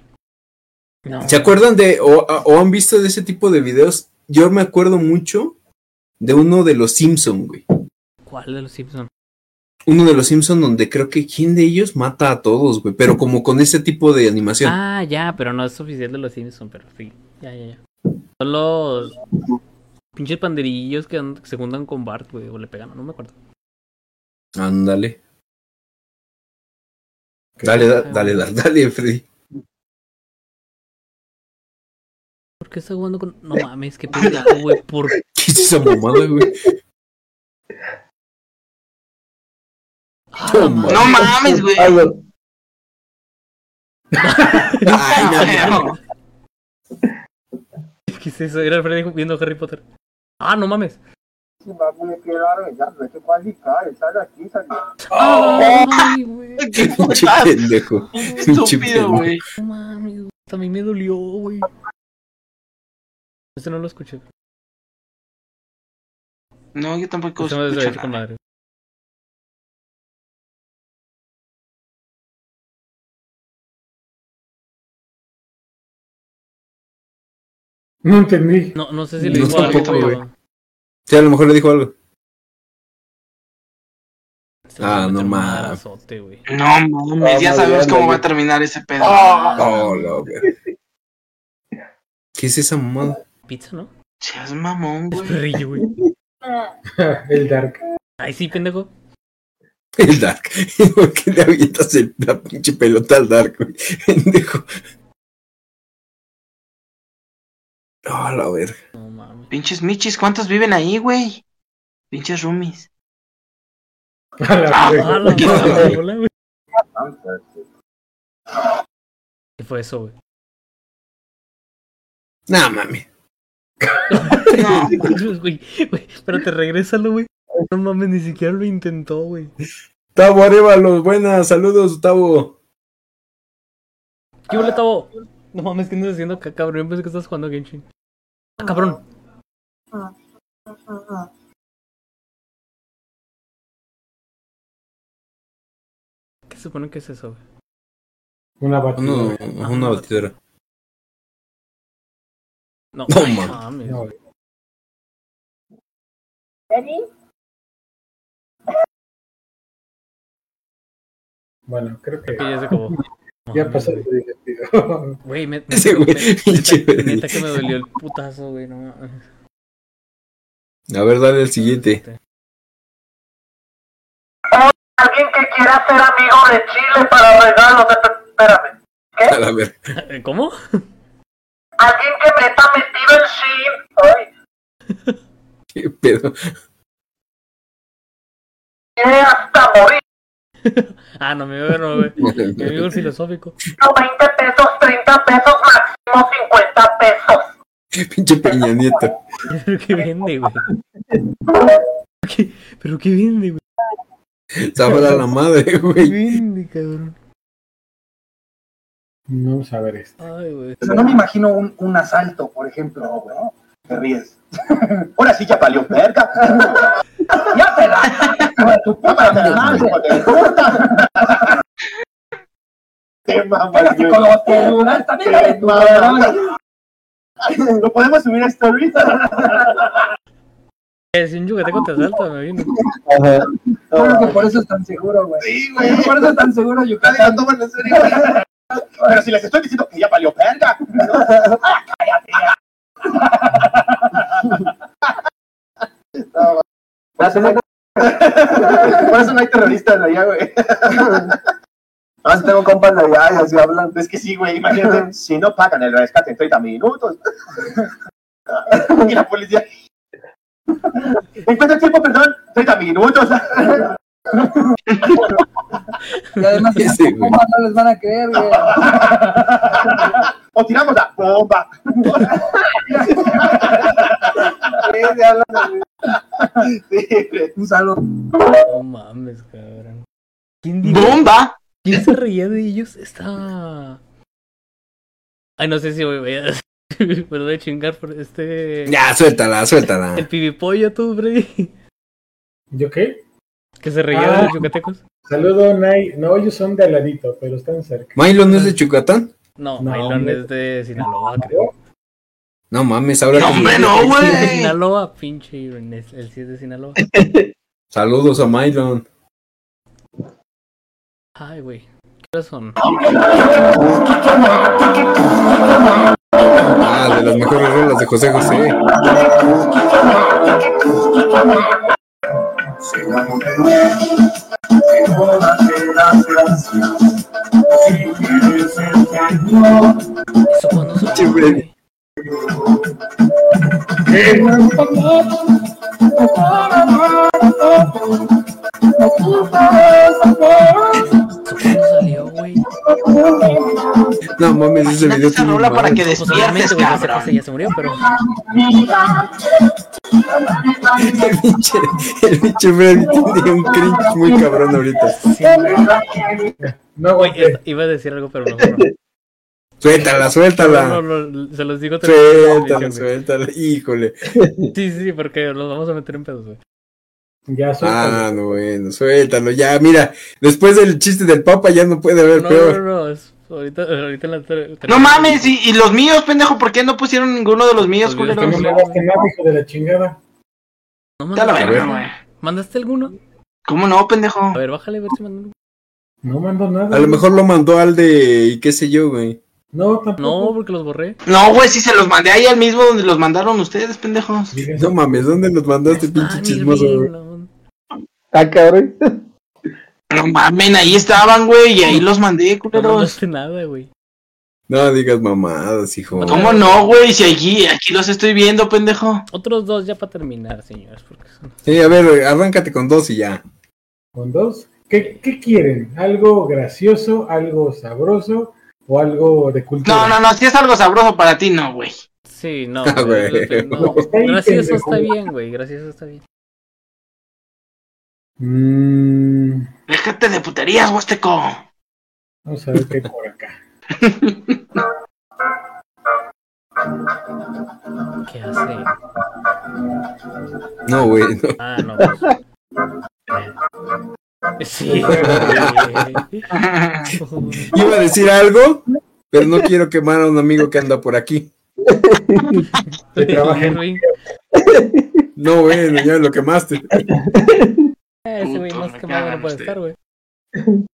Speaker 4: No,
Speaker 2: ¿Se acuerdan de o, o han visto de ese tipo de videos? Yo me acuerdo mucho de uno de los Simpson, güey.
Speaker 4: ¿cuál de los Simpsons?
Speaker 2: Uno de los Simpson donde creo que quién de ellos mata a todos, güey. Pero como con ese tipo de animación.
Speaker 4: Ah, ya, pero no es oficial de los Simpsons, pero sí. Ya, ya, ya. Son los pinches panderillos que, and- que se juntan con Bart, güey, o le pegan, no me acuerdo.
Speaker 2: Ándale. Dale, da- dale, dale, dale, Freddy.
Speaker 4: ¿Por qué está jugando con.? No mames, qué pendejo, güey. ¿Por
Speaker 2: ¿Qué es esa mamada, güey?
Speaker 4: ¡Ah, la madre!
Speaker 3: No mames, güey.
Speaker 1: Ay, güey.
Speaker 3: Ah,
Speaker 2: Ay, no, no.
Speaker 4: ¿Qué es eso? Era Freddy viendo Harry Potter. ¡Ah, no mames! ¡Ay, Ah, güey!
Speaker 3: Qué
Speaker 2: Pinche
Speaker 3: putas.
Speaker 2: pendejo.
Speaker 3: Estúpido, güey.
Speaker 4: No mames, güey. Hasta A mí me dolió, güey. Este no lo escuché.
Speaker 3: No, yo tampoco.
Speaker 4: Este me
Speaker 3: escucho
Speaker 4: desayuno con
Speaker 3: nada.
Speaker 4: madre.
Speaker 5: No entendí.
Speaker 4: No, no sé si le
Speaker 2: No,
Speaker 4: dijo algo,
Speaker 2: tampoco,
Speaker 4: güey.
Speaker 2: güey. Sí, a lo mejor le dijo algo.
Speaker 4: Se va a
Speaker 2: Ah, no
Speaker 4: meter un
Speaker 2: mames.
Speaker 4: madrazote, güey.
Speaker 3: No mames,
Speaker 2: Ah,
Speaker 3: ya sabemos cómo va a terminar ese pedo.
Speaker 2: Oh, la verga. ¿Qué es esa mamada?
Speaker 4: Pizza, ¿no?
Speaker 3: Seas mamón,
Speaker 4: Es
Speaker 3: güey.
Speaker 4: perrillo, güey.
Speaker 5: El Dark.
Speaker 4: Ay, sí, pendejo.
Speaker 2: El Dark. ¿Por qué le avientas el- la pinche pelota al Dark, güey? Pendejo. Oh, la verga.
Speaker 4: No mames.
Speaker 3: Pinches michis, ¿cuántos viven ahí, güey? Pinches roomies.
Speaker 5: A la verga.
Speaker 4: Ah, la
Speaker 3: ¿Qué?
Speaker 4: madre, hola, güey. ¿Qué fue eso, güey?
Speaker 2: Nah, mami.
Speaker 3: No,
Speaker 4: Güey, güey, pero te regrésalo, güey. No mames, ni siquiera lo intentó, güey.
Speaker 2: Tavo Arevalos, buenas, saludos, Tavo.
Speaker 4: ¿Qué huele, Tavo? No mames, ¿qué andas haciendo acá, cabrón? Yo pensé que estás jugando a Genshin. Ah, cabrón. ¿Qué se supone que es eso, güey?
Speaker 5: Una batidora.
Speaker 2: Uno- una batidora.
Speaker 4: No,
Speaker 2: No,
Speaker 4: ay,
Speaker 2: man.
Speaker 4: mames.
Speaker 5: No.
Speaker 7: ¿Ready?
Speaker 5: Bueno, creo que
Speaker 4: Que ya se acabó. No,
Speaker 5: ya
Speaker 4: no,
Speaker 5: pasó
Speaker 4: güey.
Speaker 5: lo divertido.
Speaker 4: Güey, me, me-
Speaker 2: Ese güey,
Speaker 4: me-
Speaker 2: pinche
Speaker 4: neta,
Speaker 2: Freddy.
Speaker 4: neta que me dolió el putazo, güey. No, mames.
Speaker 2: A ver, dale el siguiente.
Speaker 6: Alguien que quiera ser amigo de Chile para regalos. Esp- Espérame.
Speaker 2: A la ver.
Speaker 4: ¿Cómo?
Speaker 6: Alguien que me está metido en Shin. Ay,
Speaker 2: ¿Qué pedo?
Speaker 6: quiere hasta morir.
Speaker 4: Ah, no, mi amigo no, güey. Mi amigo el filosófico.
Speaker 6: 20 pesos, 30 pesos, máximo 50 pesos.
Speaker 2: Pinche Peña Nieto.
Speaker 4: Pero qué vende, güey. ¿Qué- Pero qué vende, güey.
Speaker 2: Sabrá la madre,
Speaker 4: Qué
Speaker 2: güey.
Speaker 4: vende, cabrón.
Speaker 5: Vamos a ver esto.
Speaker 4: Ay, güey.
Speaker 6: Pero no me imagino un, un asalto, por ejemplo. No, güey, te ríes. Ahora sí ya valió verga. ya te la. hijo de Tu puta te la hijo de puta. Te mamaste con los celulares, también la desmadraste. Lo podemos subir a Stories.
Speaker 4: Eh, Si un yucateco te asalta, me vino.
Speaker 1: Ajá.
Speaker 9: Creo que por eso es tan seguro, güey.
Speaker 6: Sí,
Speaker 9: Por eso es tan seguro
Speaker 6: Nadie
Speaker 9: Yucatán.
Speaker 6: la toma en serio. Pero si les estoy diciendo que ya valió verga. Ah, cállate. No, va. Por eso no hay terroristas allá, güey. Ah, sí tengo compas de allá y así hablan. Es que sí, güey, imagínate. Si no pagan el rescate en 30 minutos. Y la policía. ¿En cuánto tiempo, perdón? 30 minutos.
Speaker 9: Y además,
Speaker 2: Ese, güey.
Speaker 9: ¿cómo no les van a creer, güey?
Speaker 6: o tiramos la bomba. Sí, güey.
Speaker 9: Un saludo.
Speaker 4: No mames, cabrón. ¿Quién dijo?
Speaker 3: ¡Bomba!
Speaker 4: ¿Quién se reía de ellos? Está. Ay, no sé si voy voy a. Me lo voy a chingar por este.
Speaker 2: Ya, suéltala,
Speaker 4: El
Speaker 2: suéltala.
Speaker 4: pibipollo, tú, Freddy.
Speaker 5: ¿Yo qué?
Speaker 4: Que se reía de los yucatecos.
Speaker 5: Saludo, Nay. No, ellos son de aladito, pero están cerca.
Speaker 2: ¿Milo no es de Yucatán?
Speaker 4: No,
Speaker 5: No,
Speaker 4: Bailón
Speaker 5: hombre.
Speaker 4: es de Sinaloa, creo.
Speaker 2: No mames, ahora
Speaker 3: ¡No,
Speaker 2: que-
Speaker 3: hombre, no,
Speaker 4: Sí, es de
Speaker 3: güey!
Speaker 4: Sinaloa, pinche. Irene, es- El sí es de Sinaloa.
Speaker 2: Saludos a Mylon.
Speaker 4: Ay, güey. ¿Qué horas son?
Speaker 2: Ah, de las mejores rolas de José José.
Speaker 4: ¿Eso cuándo son?
Speaker 2: Sí, güey.
Speaker 4: güey? ¿Eso cuándo salió, güey?
Speaker 2: No mames, ese
Speaker 3: Imagínate
Speaker 2: video
Speaker 3: esa
Speaker 2: tiene un
Speaker 3: rola para
Speaker 2: mal.
Speaker 3: que
Speaker 4: Pues obviamente,
Speaker 3: despiertes,
Speaker 4: güey, José José
Speaker 3: cabrón.
Speaker 4: ya se murió, pero.
Speaker 2: El pinche, el pinche Freddy tiene un cringe muy cabrón ahorita.
Speaker 4: Sí, güey.
Speaker 5: No,
Speaker 4: Güey,
Speaker 5: güey. eh,
Speaker 4: es- iba a decir algo, pero mejor no.
Speaker 2: Suéltala,
Speaker 4: No, no,
Speaker 2: suéltala.
Speaker 4: lo- se los digo terminando la
Speaker 2: Suéltala,
Speaker 4: edición, güey.
Speaker 2: suéltala. Híjole.
Speaker 4: Sí, sí, sí, porque los vamos a meter en pedos, güey.
Speaker 5: Ya son.
Speaker 2: Ah, no, bueno, suéltalo. Ya, mira, después del chiste del Papa ya no puede haber
Speaker 4: No, no, no,
Speaker 2: peor.
Speaker 4: no, es- ahorita, ahorita en la ter-
Speaker 3: No mames, y, y los míos, pendejo, ¿por qué no pusieron ninguno de los míos,
Speaker 4: Los míos
Speaker 5: Que no
Speaker 3: culeros?
Speaker 5: me hagas que nada, hijo de la chingada.
Speaker 4: No
Speaker 3: Ya la
Speaker 4: mandaste,
Speaker 3: verga,
Speaker 4: alguno.
Speaker 3: güey.
Speaker 4: ¿Mandaste alguno?
Speaker 3: ¿Cómo no, pendejo?
Speaker 4: A ver, bájale a ver si mandó.
Speaker 5: No mando nada.
Speaker 2: A lo mejor lo mandó al de, y qué sé yo, güey.
Speaker 5: No, tampoco.
Speaker 4: No, porque los borré.
Speaker 3: No, güey, si se los mandé ahí al mismo donde los mandaron ustedes, pendejos.
Speaker 5: Digas,
Speaker 2: No mames, ¿dónde los mandaste,
Speaker 4: Ah,
Speaker 2: Este pinche
Speaker 4: mi
Speaker 2: chismoso, güey?
Speaker 4: Irving,
Speaker 1: Ah, cabrón.
Speaker 3: No mamen, ahí estaban, güey, y ahí los mandé,
Speaker 4: No, no
Speaker 3: culeros.
Speaker 4: mandaste nada, güey.
Speaker 2: No digas mamadas, hijo.
Speaker 3: ¿Cómo no, güey? Si aquí, aquí los estoy viendo, pendejo.
Speaker 4: Otros dos ya para terminar, señores. Porque son...
Speaker 2: Sí, a ver, arráncate con dos y ya.
Speaker 5: Con dos. ¿Qué, ¿Qué quieren? ¿Algo gracioso? ¿Algo sabroso? ¿O algo de cultura?
Speaker 3: No, no, no, si es algo sabroso para ti, no, güey.
Speaker 4: Sí, no.
Speaker 2: Ah,
Speaker 4: güey,
Speaker 2: güey.
Speaker 4: es lo que- no.
Speaker 5: Lo que está ahí,
Speaker 4: Gracias, eso
Speaker 5: pendejo.
Speaker 4: está bien, güey. Gracias, eso está bien.
Speaker 5: Mm,
Speaker 3: Déjate de puterías, huasteco.
Speaker 5: vamos a ver qué hay por acá.
Speaker 4: ¿Qué hace?
Speaker 2: No, güey, no.
Speaker 4: Ah, no. pues. Sí, güey.
Speaker 2: Iba a decir algo, pero no quiero quemar a un amigo que anda por aquí.
Speaker 5: Se trabaja en-
Speaker 4: Henry.
Speaker 2: No, bueno, ya lo quemaste.
Speaker 4: Eh, Ese güey
Speaker 3: Puto,
Speaker 4: más
Speaker 3: me
Speaker 4: que malo
Speaker 3: cagan
Speaker 4: no puede
Speaker 3: ustedes.
Speaker 4: estar, güey.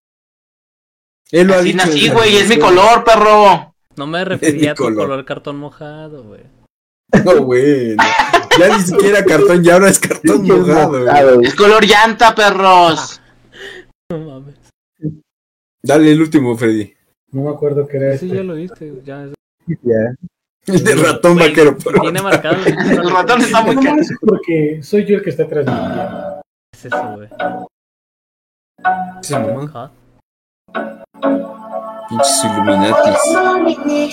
Speaker 2: Él lo ha
Speaker 3: Así
Speaker 2: dicho
Speaker 3: nací,
Speaker 2: desde
Speaker 3: güey,
Speaker 2: la
Speaker 3: es mi
Speaker 2: canción.
Speaker 3: color, perro.
Speaker 4: No me refería a tu
Speaker 2: color.
Speaker 4: color cartón mojado, güey.
Speaker 2: No, bueno. Ya ni siquiera cartón, ya ahora es cartón
Speaker 1: Pinches
Speaker 2: mojado. güey.
Speaker 1: mojados.
Speaker 3: Es color llanta, perros.
Speaker 4: No mames.
Speaker 2: Dale el último, Freddy.
Speaker 5: No me acuerdo qué era
Speaker 4: Eso ya
Speaker 5: este.
Speaker 4: lo viste, ya. eso-
Speaker 1: Ya.
Speaker 2: El de ratón
Speaker 4: Güey,
Speaker 2: vaquero. por-
Speaker 4: Tiene marcado.
Speaker 3: El ratón está muy
Speaker 5: No
Speaker 3: caro.
Speaker 5: mames, porque soy yo el que está transmitiendo.
Speaker 4: ¿Qué es eso, güey? Ah,
Speaker 2: Sí, mamá.
Speaker 4: Ajá.
Speaker 2: Pinches Illuminatis.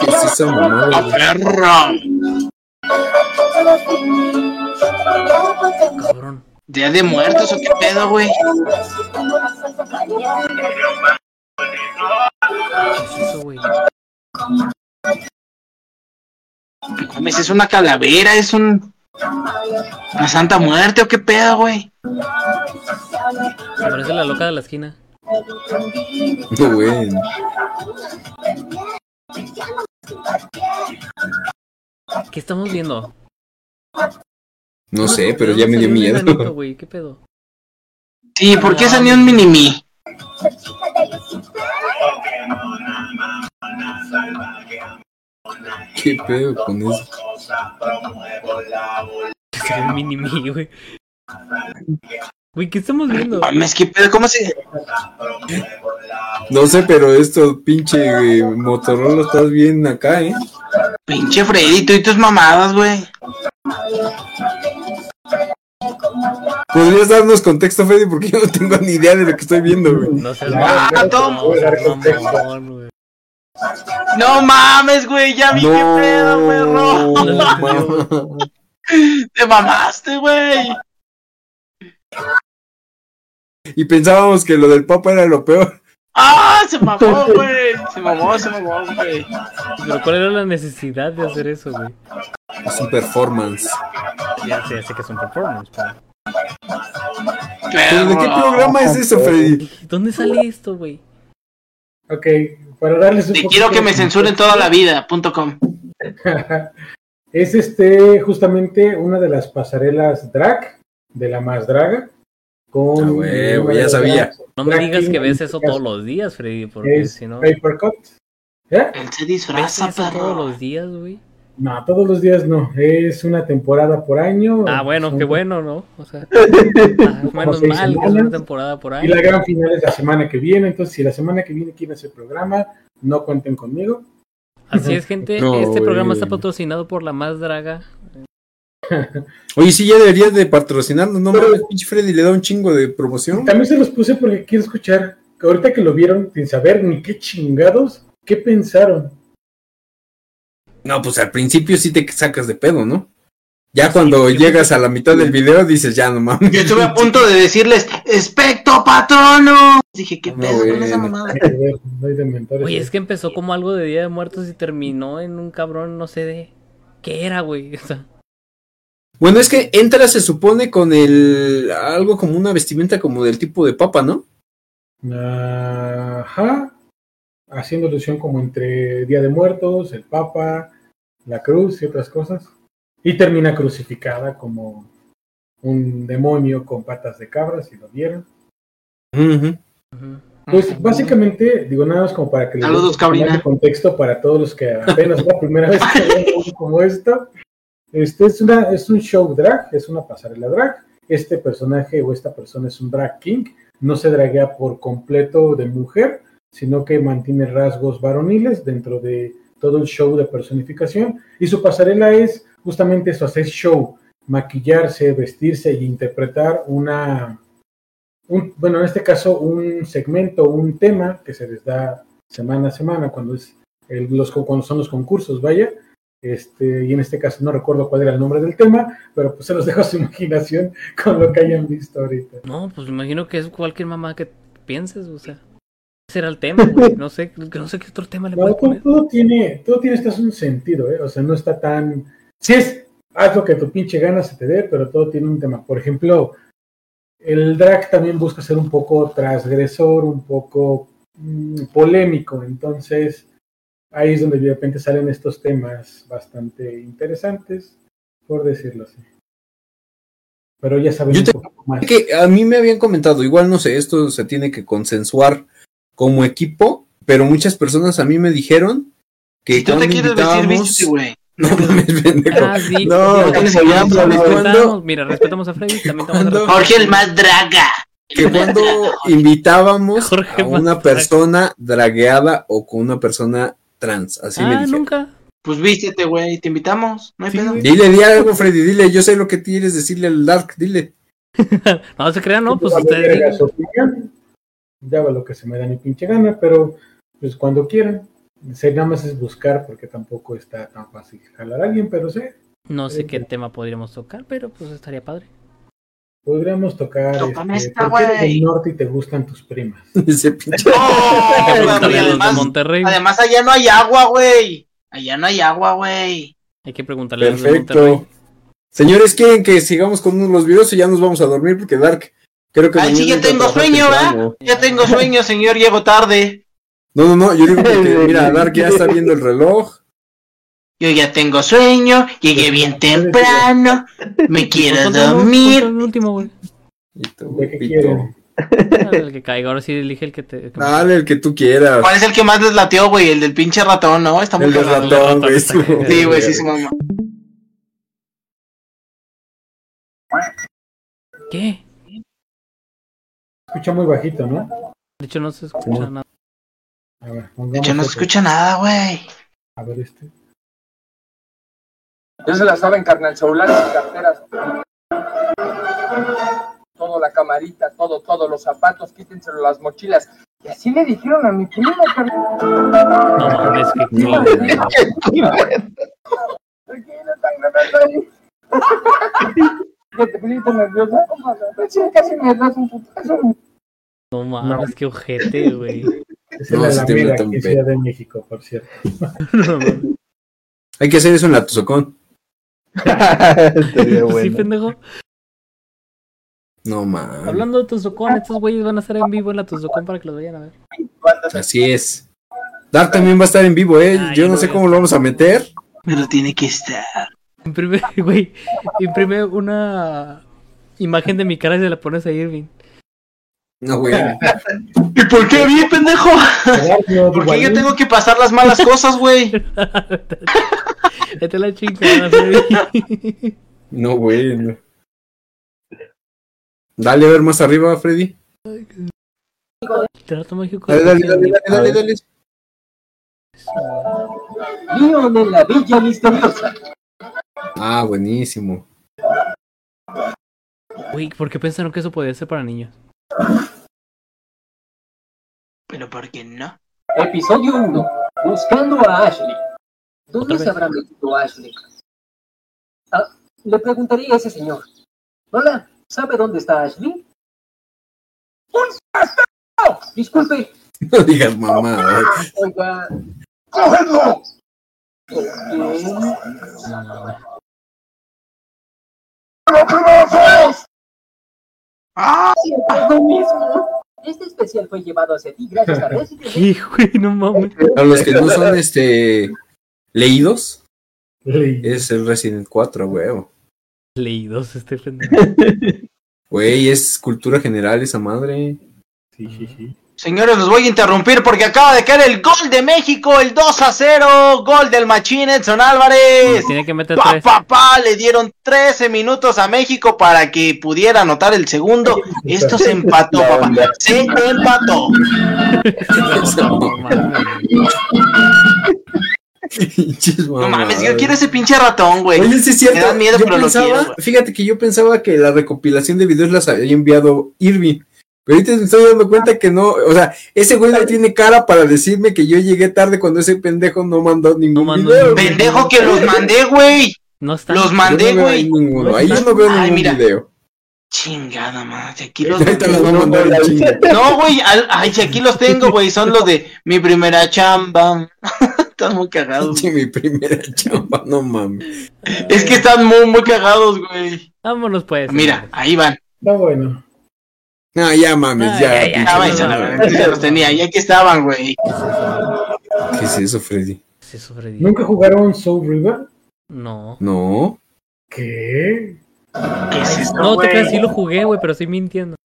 Speaker 2: ¿Qué es esa mamada? güey?
Speaker 3: Perro.
Speaker 4: Cabrón.
Speaker 3: ¿Día de muertos o qué pedo, güey?
Speaker 4: ¿Qué es eso, güey?
Speaker 3: No mames, ¿Es una calavera? ¿Es un. una santa muerte o qué pedo, güey?
Speaker 4: Me parece la loca de la esquina.
Speaker 2: No, bueno.
Speaker 4: ¿Qué estamos viendo?
Speaker 2: No sé,
Speaker 4: ¿De
Speaker 2: pero
Speaker 4: dónde
Speaker 2: ya me dio
Speaker 4: salió un enanito,
Speaker 2: miedo.
Speaker 4: güey? ¿Qué pedo?
Speaker 3: Sí, ¿por qué salió un mini-mi?
Speaker 2: ¿Qué pedo con eso?
Speaker 4: Que salió un mini mi, güey. Güey, ¿qué estamos viendo?
Speaker 3: Mames, ¿qué pedo? ¿Cómo se.?
Speaker 2: No sé, pero esto pinche eh, Motorola estás bien acá, ¿eh?
Speaker 3: Pinche Freddy, tú y tus mamadas, güey.
Speaker 2: ¿Podrías darnos contexto, Freddy? Porque yo no tengo ni idea de lo que estoy viendo, güey.
Speaker 4: No sé,
Speaker 3: Ah,
Speaker 5: no voy a dar contexto.
Speaker 4: güey.
Speaker 3: No mames, güey, ya vi qué pedo, perro.
Speaker 2: mamá.
Speaker 3: Te mamaste, güey.
Speaker 2: Y pensábamos que lo del Papa era lo peor.
Speaker 3: ¡Ah! Se mamó, güey. Se mamó, se mamó, güey.
Speaker 4: Pero ¿cuál era la necesidad de hacer eso, güey?
Speaker 2: Es un performance.
Speaker 4: Ya sé, ya sé que es un performance, pero...
Speaker 2: ¿Pero de qué programa es eso, Freddy?
Speaker 4: ¿Dónde sale esto, güey?
Speaker 5: Ok, para darles un
Speaker 3: Te
Speaker 5: poquito
Speaker 3: quiero que
Speaker 5: de
Speaker 3: me censuren toda la vida, punto com.
Speaker 5: Es este justamente una de las pasarelas drag, de la más draga. Con
Speaker 2: Ah, huevo, ya sabía.
Speaker 4: No me
Speaker 5: Drag
Speaker 4: digas
Speaker 5: queen
Speaker 4: que ves
Speaker 5: en
Speaker 4: eso
Speaker 5: este
Speaker 4: todos
Speaker 5: caso.
Speaker 4: los días, Freddy, porque
Speaker 5: Es
Speaker 4: si no... ¿Ves
Speaker 5: Papercut. ¿Ya?
Speaker 3: Él se
Speaker 4: eso
Speaker 3: disfraza,
Speaker 4: todos
Speaker 3: perro.
Speaker 4: los días, güey?
Speaker 5: No, todos los días no. Es una temporada por año.
Speaker 4: Ah, bueno,
Speaker 5: Son-
Speaker 4: qué bueno, ¿no? O sea, ah, menos
Speaker 5: seis
Speaker 4: mal que es una
Speaker 5: semanas.
Speaker 4: temporada por
Speaker 5: Y
Speaker 4: ahí.
Speaker 5: la gran final es la semana que viene. Entonces, si la semana que viene quieren hacer programa, no cuenten conmigo.
Speaker 4: Así es, gente.
Speaker 2: No,
Speaker 4: este
Speaker 2: güey.
Speaker 4: programa está patrocinado por la más draga.
Speaker 2: Oye, sí, ya deberías de patrocinarnos, no mames, pinche Freddy le da un chingo de promoción.
Speaker 5: También se los puse porque quiero escuchar. que Ahorita que lo vieron sin saber ni qué chingados, ¿qué pensaron?
Speaker 2: No, pues al principio sí te sacas de pedo, ¿no? Ya cuando llegas a la mitad del video dices, ya no mames.
Speaker 3: Yo estuve a punto de decirles, ¡Especto patrono! Dije, ¿qué
Speaker 2: No,
Speaker 3: pedo con
Speaker 2: güey,
Speaker 3: esa
Speaker 2: no.
Speaker 3: mamada?
Speaker 5: Nada que ver, soy de mentores.
Speaker 4: Oye, es que empezó como algo de Día de Muertos y terminó en un cabrón, no sé de qué era, güey. O sea,
Speaker 2: Bueno, es que entra, se supone, con el. algo como una vestimenta como del tipo de papa, ¿no?
Speaker 5: Ajá. Haciendo alusión como entre Día de Muertos, el Papa, la cruz y otras cosas. Y termina crucificada como un demonio con patas de cabra, si lo vieron.
Speaker 4: ujú.
Speaker 5: Pues básicamente, digo nada más como para que les dé
Speaker 3: Saludos,
Speaker 5: un poco más de
Speaker 3: Cabrina.
Speaker 5: contexto para todos los que apenas es la primera vez que ven algo como esto. Este es, una, es un show drag, es una pasarela drag. Este personaje o esta persona es un drag king. No se draguea por completo de mujer, sino que mantiene rasgos varoniles dentro de todo el show de personificación. Y su pasarela es justamente eso, hacer show, maquillarse, vestirse e interpretar una, un- bueno, en este caso, un segmento, un tema que se les da semana a semana cuando, es el- los, con- cuando son los concursos, vaya. Este, y en este caso no recuerdo cuál era el nombre del tema, pero pues se los dejo a su imaginación con lo que hayan visto ahorita.
Speaker 4: No, pues me imagino que es cualquier mamá que pienses, o sea. Ese era el tema, güey. No sé, no sé qué otro tema le
Speaker 5: No,
Speaker 4: puedes
Speaker 5: todo,
Speaker 4: poner.
Speaker 5: todo tiene, todo tiene este es un sentido, ¿eh? O sea, no está tan. Si es, haz lo que tu pinche gana se te dé, pero todo tiene un tema. Por ejemplo, el drag también busca ser un poco transgresor, un poco mm, polémico, entonces ahí es donde de repente salen estos temas bastante interesantes, por decirlo así. Pero ya saben
Speaker 2: Yo
Speaker 5: un
Speaker 2: te-
Speaker 5: poco más.
Speaker 2: que a mí me habían comentado, igual no sé, esto se tiene que consensuar como equipo, pero muchas personas a mí me dijeron que
Speaker 3: Si tú te
Speaker 2: cuando
Speaker 3: quieres vestir,
Speaker 2: invitábamos-
Speaker 3: vístete, güey.
Speaker 2: No mames, pendejo.
Speaker 4: Ah, sí.
Speaker 2: No,
Speaker 4: Ya,
Speaker 3: tienes
Speaker 4: ya,
Speaker 3: que
Speaker 4: ya,
Speaker 3: hablar,
Speaker 4: ya,
Speaker 2: ¿cuándo?
Speaker 4: respetamos, Mira, respetamos a Freddy, también te vamos a
Speaker 2: ¿Cuándo?
Speaker 4: respetar.
Speaker 3: Jorge el más draga.
Speaker 2: que cuando invitábamos
Speaker 4: Jorge
Speaker 2: a una
Speaker 4: Mazatlán.
Speaker 2: persona dragueada o con una persona trans, así me
Speaker 4: Ah,
Speaker 2: dijeron.
Speaker 4: nunca.
Speaker 3: Pues vístete, güey. Te invitamos. No hay pedo.
Speaker 2: Dile, di algo, Freddy, dile, yo sé lo que quieres decirle al Dark, dile.
Speaker 4: No se crean, no, pues
Speaker 5: Vale
Speaker 4: ustedes
Speaker 5: verga
Speaker 4: digan.
Speaker 5: su opinión. Ya va lo que se me da mi pinche gana, pero pues cuando quieran. Sé, nada más es buscar porque tampoco está tan fácil jalar a alguien, pero sé,
Speaker 4: No sé qué tema podríamos tocar, pero pues estaría padre.
Speaker 5: podríamos tocar
Speaker 3: Tócame
Speaker 5: este,
Speaker 3: esta,
Speaker 5: ¿por qué eres
Speaker 3: güey.
Speaker 5: del norte y te gustan tus primas.
Speaker 2: Ese pinche.
Speaker 3: ¡Oh, güey,
Speaker 4: Los de los de
Speaker 3: además,
Speaker 4: Monterrey.
Speaker 3: además, allá no hay agua, güey. Allá no hay agua, güey.
Speaker 4: Hay que preguntarle a los de Monterrey.
Speaker 2: Perfecto. Señores, ¿quieren que sigamos con los videos o ya nos vamos a dormir? Porque Dark, creo que.
Speaker 3: Ay,
Speaker 2: mañana
Speaker 3: sí, ya
Speaker 2: entra a
Speaker 3: tengo
Speaker 2: trabajar
Speaker 3: sueño,
Speaker 2: temprano.
Speaker 3: ¿verdad? Ya tengo sueño, señor. Llego tarde.
Speaker 2: No, no, no, yo digo que, mira, Dark ya está viendo el reloj.
Speaker 3: Yo ya tengo sueño. Llegué bien temprano. Me quiero
Speaker 4: Pues, ponte uno, ponte
Speaker 3: dormir.
Speaker 4: El último, güey.
Speaker 2: Y tú,
Speaker 5: ¿De qué
Speaker 2: pito.
Speaker 5: quieren?
Speaker 4: El que caiga, ahora sí elige el que te. el que-
Speaker 2: Dale, el que tú quieras.
Speaker 3: ¿Cuál es el que más les lateó, güey? El del pinche ratón, ¿no? Está muy
Speaker 2: El del
Speaker 3: cagado.
Speaker 2: ratón, güey.
Speaker 3: Sí, güey, sí, su mamá.
Speaker 4: ¿Qué?
Speaker 5: Escucha muy bajito, ¿no?
Speaker 4: De hecho, no se escucha nada.
Speaker 5: A
Speaker 3: De
Speaker 5: ver,
Speaker 3: hecho, no
Speaker 5: pongamos
Speaker 3: se escucha nada, güey.
Speaker 5: A ver este.
Speaker 10: Ya se la saben, carnal, celulares y carteras. Todo, la camarita, todo, todo, los zapatos, quítenselo las mochilas. Y así le dijeron a mi primo, carnal.
Speaker 4: No mames, que culo.
Speaker 10: ¿Por qué no están grabando ahí? ¿Ya te pusiste nerviosa? Pues sí, casi me das un putazo.
Speaker 4: No mames, que ojete, güey.
Speaker 5: Es
Speaker 2: No,
Speaker 5: la
Speaker 2: sí te
Speaker 5: Alameda,
Speaker 2: meto un
Speaker 5: aquí en
Speaker 2: pe-
Speaker 5: Ciudad de México, por cierto.
Speaker 4: No mames.
Speaker 2: Hay que hacer eso en la Tuzocón.
Speaker 1: Estaría
Speaker 4: Sí,
Speaker 1: bueno.
Speaker 4: pendejo.
Speaker 2: No mames.
Speaker 4: Hablando de Tuzocón, estos güeyes van a estar en vivo en la Tuzocón para que los vayan a ver.
Speaker 2: Así es. Dark también va a estar en vivo, ¿eh?
Speaker 4: Ay,
Speaker 2: Yo no
Speaker 4: no,
Speaker 2: sé
Speaker 4: ya
Speaker 2: cómo lo vamos a meter.
Speaker 3: Pero tiene que estar.
Speaker 4: Imprime, güey, imprime una imagen de mi cara y se la pones a Irving.
Speaker 2: No, güey.
Speaker 3: ¿Y por qué a mí, pendejo?
Speaker 5: Eduardo,
Speaker 3: ¿Por qué yo
Speaker 5: Duvalín,
Speaker 3: tengo que pasar las malas cosas, güey?
Speaker 4: Vete a la chingada, Freddy.
Speaker 2: No, güey. no. Dale a ver más arriba, Freddy.
Speaker 4: Trato mágico.
Speaker 2: Dale, dale, dale, dale, dale, dale.
Speaker 10: Mío de la Villa Misteriosa.
Speaker 2: Ah, buenísimo.
Speaker 4: Güey, ¿por qué pensaron que eso podía ser para niños?
Speaker 3: Pero ¿por qué no?
Speaker 10: Episodio 1. Buscando a Ashley.
Speaker 4: Otra
Speaker 10: ¿Dónde
Speaker 4: vez.
Speaker 10: se habrá metido Ashley? Ah, le preguntaría a ese señor. Hola, ¿sabe dónde está Ashley? ¡Un bastardo! Disculpe,
Speaker 2: No digas mamada. güey.
Speaker 10: oiga,
Speaker 8: ¡Cógelo!
Speaker 10: eh,
Speaker 8: ¡Lo pedazos!
Speaker 3: ¡Ah!
Speaker 10: es lo mismo. Este especial fue llevado hacia ti gracias a Resident Evil.
Speaker 4: ¿Qué, güey? No mames.
Speaker 2: Para los que no son este leídos,
Speaker 5: Lee.
Speaker 2: es el Resident 4, güey.
Speaker 4: Leídos este pendejo.
Speaker 2: Güey, es cultura general esa madre.
Speaker 5: Sí, sí, sí.
Speaker 3: Señores, los voy a interrumpir porque acaba de caer el gol de México, el 2 a 0, gol del machín Edson Álvarez.
Speaker 4: Tiene que meter
Speaker 3: Pa,
Speaker 4: tres.
Speaker 3: pa, pa, le dieron 13 minutos a México para que pudiera anotar el segundo. Esto se empató, papá. Se empató.
Speaker 4: No mames.
Speaker 3: No mames, yo quiero ese pinche ratón, güey.
Speaker 2: Oye, sí es cierto.
Speaker 3: Me da miedo,
Speaker 2: yo
Speaker 3: pero lo
Speaker 2: pensaba,
Speaker 3: quiero, güey.
Speaker 2: fíjate que yo pensaba que la recopilación de videos las había enviado Irving. Pero ahorita me estoy dando cuenta que no, o sea, ese güey no tiene cara para decirme que yo llegué tarde cuando ese pendejo no mandó ningún
Speaker 4: mandó
Speaker 2: video.
Speaker 4: ningún
Speaker 2: güey.
Speaker 3: Pendejo que los mandé, güey.
Speaker 4: No está.
Speaker 3: Los
Speaker 2: Yo no
Speaker 3: mandé,
Speaker 2: veo ahí
Speaker 3: güey.
Speaker 2: ninguno,
Speaker 4: No
Speaker 2: ahí yo
Speaker 4: están.
Speaker 2: no veo
Speaker 3: Ay,
Speaker 2: ningún
Speaker 3: mira.
Speaker 2: video.
Speaker 3: Chingada madre, aquí los
Speaker 2: Ahorita los va a
Speaker 1: no,
Speaker 2: mandar
Speaker 1: no,
Speaker 2: el
Speaker 1: no.
Speaker 2: chingo.
Speaker 3: No, güey, al- ay, si aquí los tengo, güey, son los de mi primera chamba. están muy cagados.
Speaker 2: Pinche mi primera chamba, no mames.
Speaker 3: Es que están muy, muy cagados, güey.
Speaker 4: Vámonos pues.
Speaker 3: Mira, ahí van.
Speaker 5: Está bueno.
Speaker 2: No, ya mames, ya.
Speaker 4: Ah, ya, ya,
Speaker 2: pinche
Speaker 3: Ah, váyanse a la verga, yo ya los tenía, y aquí estaban, güey.
Speaker 2: madre. ¿Qué es eso, Freddy?
Speaker 4: Sí, sobre diez.
Speaker 5: ¿Nunca jugaron Soul River?
Speaker 4: No.
Speaker 2: No.
Speaker 5: ¿Qué?
Speaker 3: ¿Qué es esto,
Speaker 4: No, te
Speaker 3: güey?
Speaker 4: creas, sí lo jugué, güey, pero estoy mintiendo.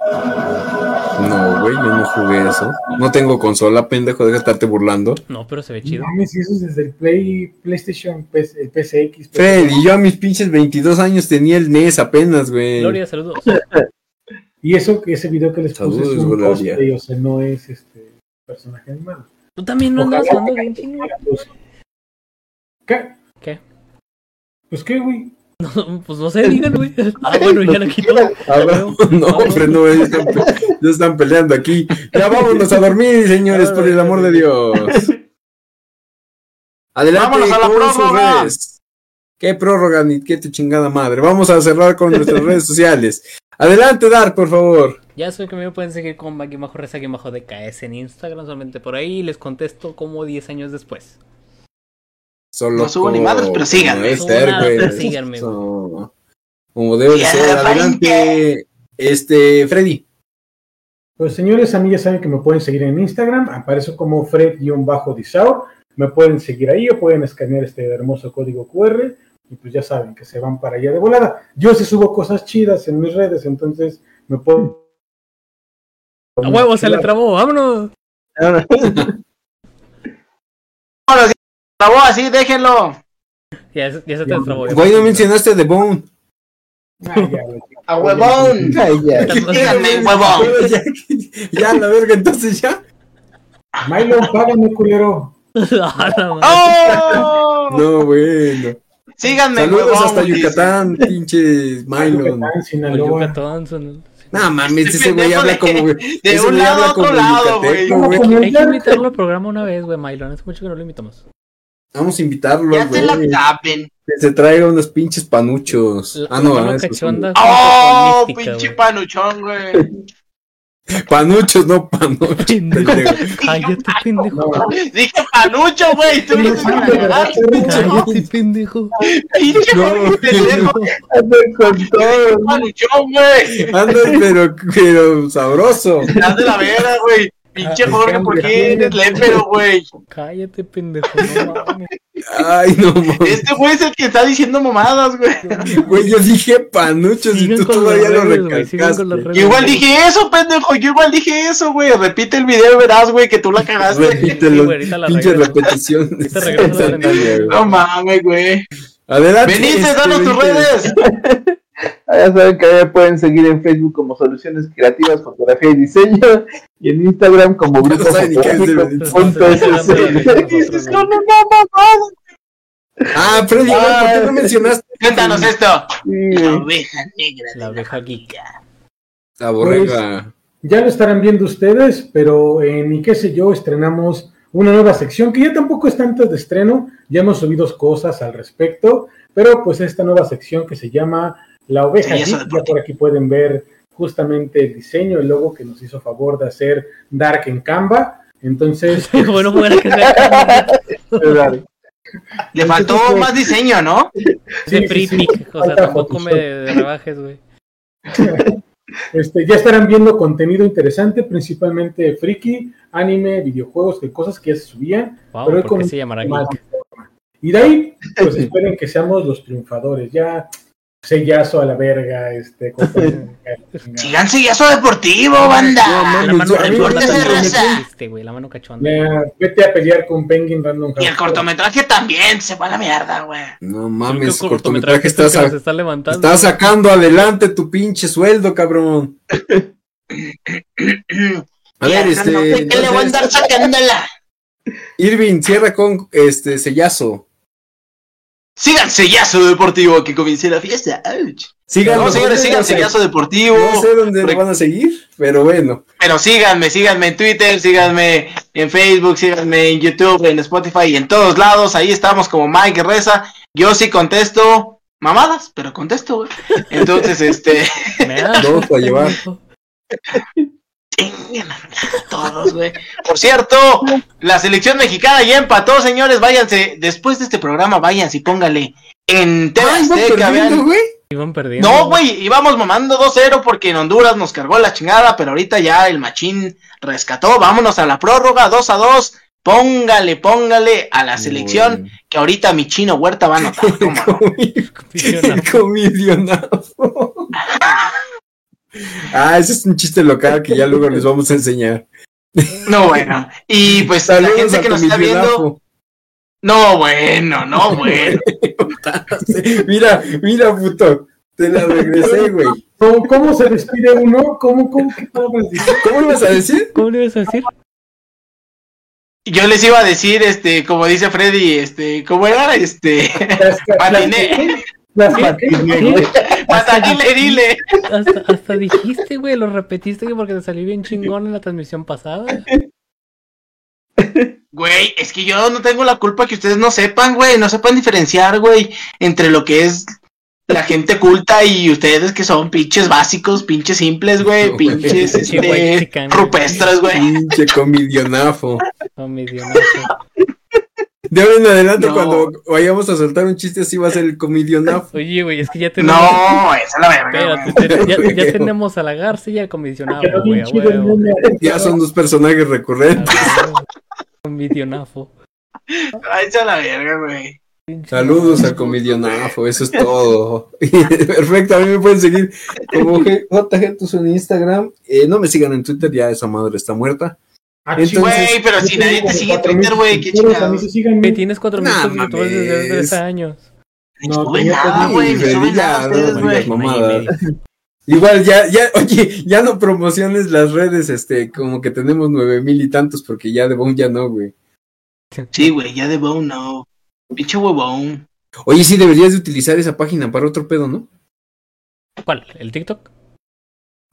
Speaker 2: No, güey, yo no jugué eso. No tengo consola, pendejo, deja de estarte burlando.
Speaker 4: No, pero se ve
Speaker 5: No
Speaker 4: chido.
Speaker 5: Mames, y eso es desde el Play, PlayStation, PS, eh, PSX.
Speaker 2: Freddy, yo a mis pinches 22 años tenía el NES apenas, güey.
Speaker 4: Gloria, saludos.
Speaker 5: Y eso, que ese video que les puse es
Speaker 2: Saludos,
Speaker 5: un
Speaker 2: Gloria.
Speaker 5: cosplay, o sea, no es este personaje animado.
Speaker 4: Tú también no andabas
Speaker 5: Ojalá.
Speaker 4: jugando bien chino.
Speaker 5: ¿Qué?
Speaker 4: ¿Qué?
Speaker 5: Pues qué, güey.
Speaker 4: No, pues no sé, digan, güey. Ah, bueno, ya lo quitó.
Speaker 2: Ahora- Ah, no, hombre, no, ya están, pe- ya están peleando aquí. Ya vámonos a dormir, señores, por el amor de Dios. Adelante
Speaker 3: Vámonos a la
Speaker 2: con sus
Speaker 3: prórroga.
Speaker 2: redes. ¿Qué prórroga, ni qué tu chingada madre? Vamos a cerrar con nuestras redes sociales. Adelante, Dark, por favor.
Speaker 4: Ya sé que me pueden seguir con Back bajo Reza guión bajo DKS en Instagram, solamente por ahí. y Les contesto como 10 años después.
Speaker 2: Solo
Speaker 3: No subo ni madres, pero síganme.
Speaker 2: como es
Speaker 4: No subo
Speaker 2: ser,
Speaker 4: nada,
Speaker 2: güey.
Speaker 4: pero síganme, güey.
Speaker 2: Eso. Como debe de
Speaker 3: Ya,
Speaker 2: ser. Adelante, este, Freddy.
Speaker 5: Pues señores, a mí ya saben que me pueden seguir en Instagram, aparezco como Fred-Disaur, me pueden seguir ahí o pueden escanear este hermoso código QR y pues ya saben que se van para allá de volada. Yo sí subo cosas chidas en mis redes, entonces me pueden...
Speaker 4: A huevo se le trabó, vámonos.
Speaker 3: Ahora sí, grabó así, déjenlo.
Speaker 4: Ya, se- ya se te trabó. ya.
Speaker 2: Güey, no mencionaste The Bone.
Speaker 5: Ah, ya, güey.
Speaker 3: A huevón.
Speaker 1: Ay, ya.
Speaker 3: Díganme, huevón.
Speaker 2: Ya, ya, la verga, entonces ya.
Speaker 5: Milo, págame, culero.
Speaker 4: Ah, la madre.
Speaker 3: ¡Oh!
Speaker 2: No, bueno.
Speaker 3: Síganme,
Speaker 2: Saludos
Speaker 3: huevón.
Speaker 2: hasta
Speaker 3: dice.
Speaker 2: Yucatán, pinche Mylon.
Speaker 5: Yucatán,
Speaker 4: Por
Speaker 5: Sinaloa.
Speaker 4: Yucatán, son-
Speaker 2: No mames,
Speaker 3: Este
Speaker 2: ese güey
Speaker 3: pendejo
Speaker 2: habla
Speaker 3: de-
Speaker 2: como.
Speaker 3: de
Speaker 2: ese
Speaker 3: un
Speaker 2: güey
Speaker 3: lado
Speaker 2: habla
Speaker 3: a otro
Speaker 2: como
Speaker 3: lado,
Speaker 2: yucateco,
Speaker 5: güey.
Speaker 2: güey.
Speaker 4: Hay que invitarlo al programa una vez, güey, Mylon. Hace mucho que no lo invitamos.
Speaker 2: Vamos a invitarlo,
Speaker 3: Ya te la
Speaker 2: güey.
Speaker 3: tapen.
Speaker 2: Que se traiga unos pinches panuchos.
Speaker 4: La-
Speaker 2: ah, no,
Speaker 4: la
Speaker 2: ah, esos son-
Speaker 4: cachonda
Speaker 3: ¡Oh,
Speaker 4: junto con Mística,
Speaker 3: pinche
Speaker 4: güey.
Speaker 3: panuchón, güey!
Speaker 2: Panuchos, no panuchos.
Speaker 4: Pendejo.
Speaker 2: pendejo.
Speaker 4: Cállate, pendejo.
Speaker 3: Dije panucho, güey. Tú no te
Speaker 5: Ay, de verdad, Terry.
Speaker 4: Cállate, pendejo.
Speaker 3: Pinche
Speaker 2: No,
Speaker 3: pendejo.
Speaker 1: Con todo.
Speaker 3: Panuchón, güey.
Speaker 2: Andas, pero, pero sabroso.
Speaker 3: Estás de la vera, güey. Pinche
Speaker 5: Ah,
Speaker 3: Jorge, ¿por qué eres lépero, güey?
Speaker 4: Cállate, pendejo. No mames.
Speaker 2: Ay, no mames.
Speaker 3: Este güey es el que está diciendo mamadas, güey.
Speaker 2: Güey, yo dije panuchos y
Speaker 4: Sigan
Speaker 2: tú
Speaker 4: con las
Speaker 2: todavía lo
Speaker 4: redes, güey, sigan
Speaker 2: recalcaste.
Speaker 4: con las redes.
Speaker 3: Yo igual dije eso, pendejo. Yo igual dije eso, güey. Repite el video y verás, güey, que tú la cagaste.
Speaker 4: Sí,
Speaker 2: Repítelo,
Speaker 4: güey, ahorita la
Speaker 2: pinche
Speaker 4: regreso.
Speaker 2: repetición.
Speaker 4: Ahorita regreso a la
Speaker 2: Instantánea, güey.
Speaker 3: No mames, güey.
Speaker 2: Adelante.
Speaker 3: Veniste,
Speaker 2: este,
Speaker 3: danos tus
Speaker 2: Benítez.
Speaker 3: redes.
Speaker 1: Ah, Ya saben que me pueden seguir en Facebook como Soluciones Creativas, Fotografía y Diseño y en Instagram como Grupo
Speaker 2: No saben ni qué es de
Speaker 1: Fotográfico
Speaker 2: Benítez.
Speaker 1: punto SC.
Speaker 4: Dices, no, no,
Speaker 2: Ah, Freddy, güey, ¿por qué no
Speaker 1: Ay.
Speaker 2: mencionaste?
Speaker 3: Cuéntanos esto. La
Speaker 1: Sí.
Speaker 3: oveja negra.
Speaker 4: La oveja geek.
Speaker 2: La borrega.
Speaker 5: Ya lo estarán viendo ustedes, pero en y qué sé yo, estrenamos una nueva sección que ya tampoco es tanto de estreno, ya hemos subido cosas al respecto, pero pues esta nueva sección que se llama La Oveja
Speaker 3: Sí, eso
Speaker 5: Geek,
Speaker 3: de
Speaker 5: ya por aquí pueden ver justamente el diseño, el logo que nos hizo favor de hacer Dark en Canva, entonces
Speaker 4: Bueno, buena que sea.
Speaker 3: Le faltó más diseño, ¿no?
Speaker 5: sí,
Speaker 4: De
Speaker 5: sí,
Speaker 4: free
Speaker 5: sí,
Speaker 4: pick. O sea,
Speaker 5: falta
Speaker 4: tampoco me
Speaker 5: Photoshop.
Speaker 4: rebajes, güey.
Speaker 5: Este, ya estarán viendo contenido interesante, principalmente friki, anime, videojuegos, de cosas que ya se subían,
Speaker 4: Wow,
Speaker 5: Pero
Speaker 4: ¿por
Speaker 5: él
Speaker 4: qué
Speaker 5: como-
Speaker 4: se llamará
Speaker 5: Mal.
Speaker 4: geek?
Speaker 5: Y de ahí, pues esperen que seamos los triunfadores. Ya, sellazo a la verga, este. compa- chingada.
Speaker 3: Sigan sillazo deportivo,
Speaker 2: No,
Speaker 3: banda.
Speaker 2: mames,
Speaker 4: La mano
Speaker 2: yo- a mí
Speaker 4: cachonda
Speaker 3: Deportes de
Speaker 4: también
Speaker 3: raza.
Speaker 4: existe, güey. La mano cachonda.
Speaker 5: Ya, vete a pelear con Penguin Random
Speaker 3: Y el
Speaker 5: House.
Speaker 3: cortometraje también se va a la mierda, güey.
Speaker 2: No
Speaker 4: Creo que
Speaker 2: mames,
Speaker 4: el
Speaker 2: cortometraje
Speaker 4: es el
Speaker 2: estás,
Speaker 4: que nos
Speaker 2: a-
Speaker 4: está levantando.
Speaker 2: estás sacando adelante tu pinche sueldo, cabrón. A ver,
Speaker 3: Ya, no
Speaker 2: este.
Speaker 3: sé ¿Qué le voy a andar
Speaker 2: entonces,
Speaker 3: sacándola?
Speaker 2: Irving, cierra con este sellazo.
Speaker 3: Sigan sellazo deportivo que comience la fiesta. Ouch.
Speaker 2: Síganos.
Speaker 3: No, señores,
Speaker 2: ¿dónde
Speaker 3: sigan
Speaker 2: vas a-
Speaker 3: sellazo deportivo.
Speaker 2: No sé dónde lo van a seguir, pero bueno.
Speaker 3: Pero síganme, síganme en Twitter, síganme en Facebook, síganme en YouTube, en Spotify y en todos lados. Ahí estamos como Mike Reza. Yo sí contesto mamadas, pero contesto, güey. Entonces, este.
Speaker 4: Me das
Speaker 2: Dos
Speaker 4: un
Speaker 2: para llevar.
Speaker 4: pendejo.
Speaker 3: chinguen a todos, güey. Por cierto, la selección mexicana ya empató, señores. Váyanse, después de este programa, váyanse y póngale en TV
Speaker 2: Ay, va
Speaker 3: Azteca,
Speaker 2: Ah, perdiendo,
Speaker 3: vean.
Speaker 2: güey.
Speaker 4: Iban perdiendo.
Speaker 3: No, güey, íbamos mamando 2-0 porque en Honduras nos cargó la chingada, pero ahorita ya el machín rescató. Vámonos a la prórroga, 2 a 2. Póngale, póngale a la selección que ahorita mi chino Huerta va a anotar. ¿cómo no?
Speaker 4: Aficionado.
Speaker 2: Comidionazo. Ah, ese es un chiste local que ya luego les vamos a enseñar.
Speaker 3: No, bueno. Y pues a la
Speaker 2: Saludos
Speaker 3: gente
Speaker 2: a
Speaker 3: que nos está viendo.
Speaker 2: comidionafo.
Speaker 3: No, bueno, no, bueno.
Speaker 2: Mira, mira, puto. Te la regresé, güey.
Speaker 5: ¿Cómo, cómo se despide uno? ¿Cómo, cómo, qué palabras dice?
Speaker 2: ¿Cómo ibas a decir?
Speaker 4: ¿Cómo le ibas a decir?
Speaker 3: Yo les iba a decir, este, como dice Freddy, este, ¿cómo era? Este,
Speaker 5: Las-
Speaker 3: patiné,
Speaker 5: Las patiné, güey.
Speaker 3: hasta aquí le dile.
Speaker 4: Hasta, hasta dijiste, güey, lo repetiste güey, porque te salió bien chingón en la transmisión pasada.
Speaker 3: Güey, es que yo no tengo la culpa que ustedes no sepan, güey, no sepan diferenciar, güey, entre lo que es la gente culta y ustedes que son pinches básicos, pinches simples, güey,
Speaker 2: No, güey.
Speaker 3: pinches
Speaker 4: Pinche white
Speaker 3: este,
Speaker 4: chican, güey.
Speaker 3: rupestres, güey.
Speaker 2: Pinche comidionafo.
Speaker 4: No, mi Dios, no.
Speaker 2: De ahora en adelante,
Speaker 3: No.
Speaker 2: cuando vayamos a soltar un chiste, así va a ser el comidionafo.
Speaker 4: Oye, güey, es que ya tenemos.
Speaker 3: No, esa es la verga.
Speaker 4: Espérate,
Speaker 3: güey.
Speaker 4: espérate, ya, ya tenemos a la Garza y al comisionado,
Speaker 5: Quedó
Speaker 4: güey,
Speaker 5: bien
Speaker 4: a
Speaker 5: chido el
Speaker 4: huevo.
Speaker 5: meme.
Speaker 2: Ya son dos personajes recurrentes.
Speaker 4: Comisionafo.
Speaker 3: Ay, esa es la verga, güey.
Speaker 2: Saludos al comidionafo, eso es todo. Perfecto, a mí me pueden seguir como G- JGTUS en Instagram. Eh, no me sigan en Twitter, ya esa madre está muerta.
Speaker 5: Ah,
Speaker 2: Entonces-
Speaker 3: Güey, pero si nadie te sigue en Twitter, güey, qué
Speaker 5: Pero también
Speaker 3: chingados.
Speaker 5: se sigan
Speaker 4: Güey, tienes cuatro
Speaker 2: Nah,
Speaker 4: minutos virtuales desde hace
Speaker 2: mames.
Speaker 4: tres años.
Speaker 5: No,
Speaker 3: No, güey,
Speaker 5: tenía
Speaker 3: nada,
Speaker 5: que-
Speaker 3: güey, me
Speaker 2: Freddy,
Speaker 3: suben
Speaker 2: ya,
Speaker 3: nada
Speaker 2: no,
Speaker 3: ustedes,
Speaker 2: no
Speaker 3: güey.
Speaker 2: digas mamadas. Igual ya, ya, oye, ya no promociones las redes, este, como que tenemos nueve mil y tantos, porque ya de Boom ya no, güey.
Speaker 3: Sí, güey, ya de Bone no. Pinche huevón.
Speaker 2: Oye, sí deberías de utilizar esa página para otro pedo, ¿no?
Speaker 4: ¿Cuál? ¿El TikTok?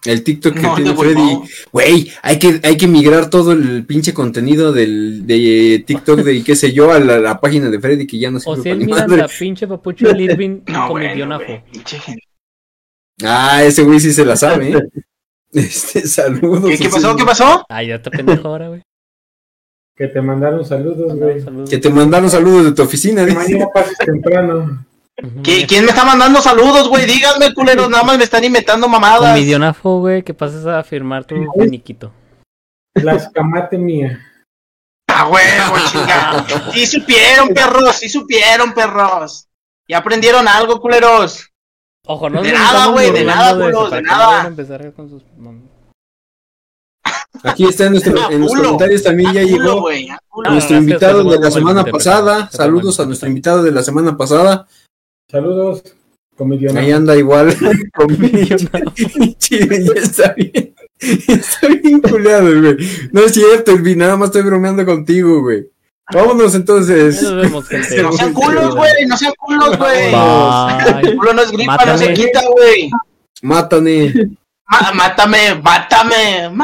Speaker 2: El TikTok que
Speaker 3: No, de
Speaker 2: tiene Freddy.
Speaker 3: huevón.
Speaker 2: Güey, hay que, hay que migrar todo el pinche contenido del, de TikTok de qué sé yo a la, la página de Freddy que ya no
Speaker 4: O
Speaker 2: sirve
Speaker 4: si
Speaker 2: para
Speaker 4: él
Speaker 2: ni
Speaker 4: mira
Speaker 2: madre.
Speaker 4: la pinche papucho Irving
Speaker 3: No, güey. no,
Speaker 4: comidionafo.
Speaker 3: güey, Pinche gente.
Speaker 2: Ah, ese güey sí se la sabe, ¿eh? Este, saludos.
Speaker 3: ¿Qué- ¿Qué
Speaker 2: ese
Speaker 3: pasó?
Speaker 2: güey.
Speaker 3: ¿Qué pasó?
Speaker 4: Ay, ya está pendejo ahora, güey.
Speaker 5: Que te mandaron saludos,
Speaker 4: Mandamos
Speaker 5: güey.
Speaker 4: saludos.
Speaker 2: Que te mandaron saludos de tu oficina,
Speaker 5: Que
Speaker 2: dice.
Speaker 5: mañana pases temprano.
Speaker 4: Ujú,
Speaker 3: ¿Qui- ¿Quién me está mandando saludos, güey? Díganme, culeros, nada más me están inventando mamadas.
Speaker 4: Comidionafo, güey, que pases a firmar tu finiquito.
Speaker 5: Las camate mía.
Speaker 3: Ah, huevo, chinga. Sí supieron, perros, sí supieron, perros. Ya aprendieron algo, culeros.
Speaker 4: Ojo, no
Speaker 3: De
Speaker 4: nos
Speaker 3: nada,
Speaker 4: estamos
Speaker 3: güey, de
Speaker 4: burlando
Speaker 3: nada,
Speaker 4: eso,
Speaker 3: culos,
Speaker 4: para
Speaker 3: de
Speaker 4: que no
Speaker 3: nada.
Speaker 4: vayan a empezar con sus mam-
Speaker 2: Aquí está en, nuestro- en los
Speaker 3: Ah, Culo.
Speaker 2: comentarios también, ya
Speaker 3: Ah, culo,
Speaker 2: llegó
Speaker 3: güey, ah, culo.
Speaker 4: Ah,
Speaker 2: nuestro
Speaker 4: gracias,
Speaker 2: invitado de la
Speaker 4: Fernando, por
Speaker 2: semana
Speaker 4: el
Speaker 2: pasada.
Speaker 4: interprete.
Speaker 2: Saludos a nuestro invitado de la semana pasada.
Speaker 5: Saludos, comediona.
Speaker 2: Ahí anda igual.
Speaker 4: Comidionafo.
Speaker 2: Chile, ya está bien. Está bien culeado, güey. No es cierto, Elvi, nada más estoy bromeando contigo, güey. Vámonos entonces.
Speaker 4: Nos vemos, gente.
Speaker 3: No sean culos, güey, no sean culos, güey.
Speaker 4: Bye.
Speaker 3: Culo no es gripa, no se
Speaker 4: Mátame.
Speaker 3: quita, güey.
Speaker 2: Mátane.
Speaker 3: Ma- Mátame, mátame,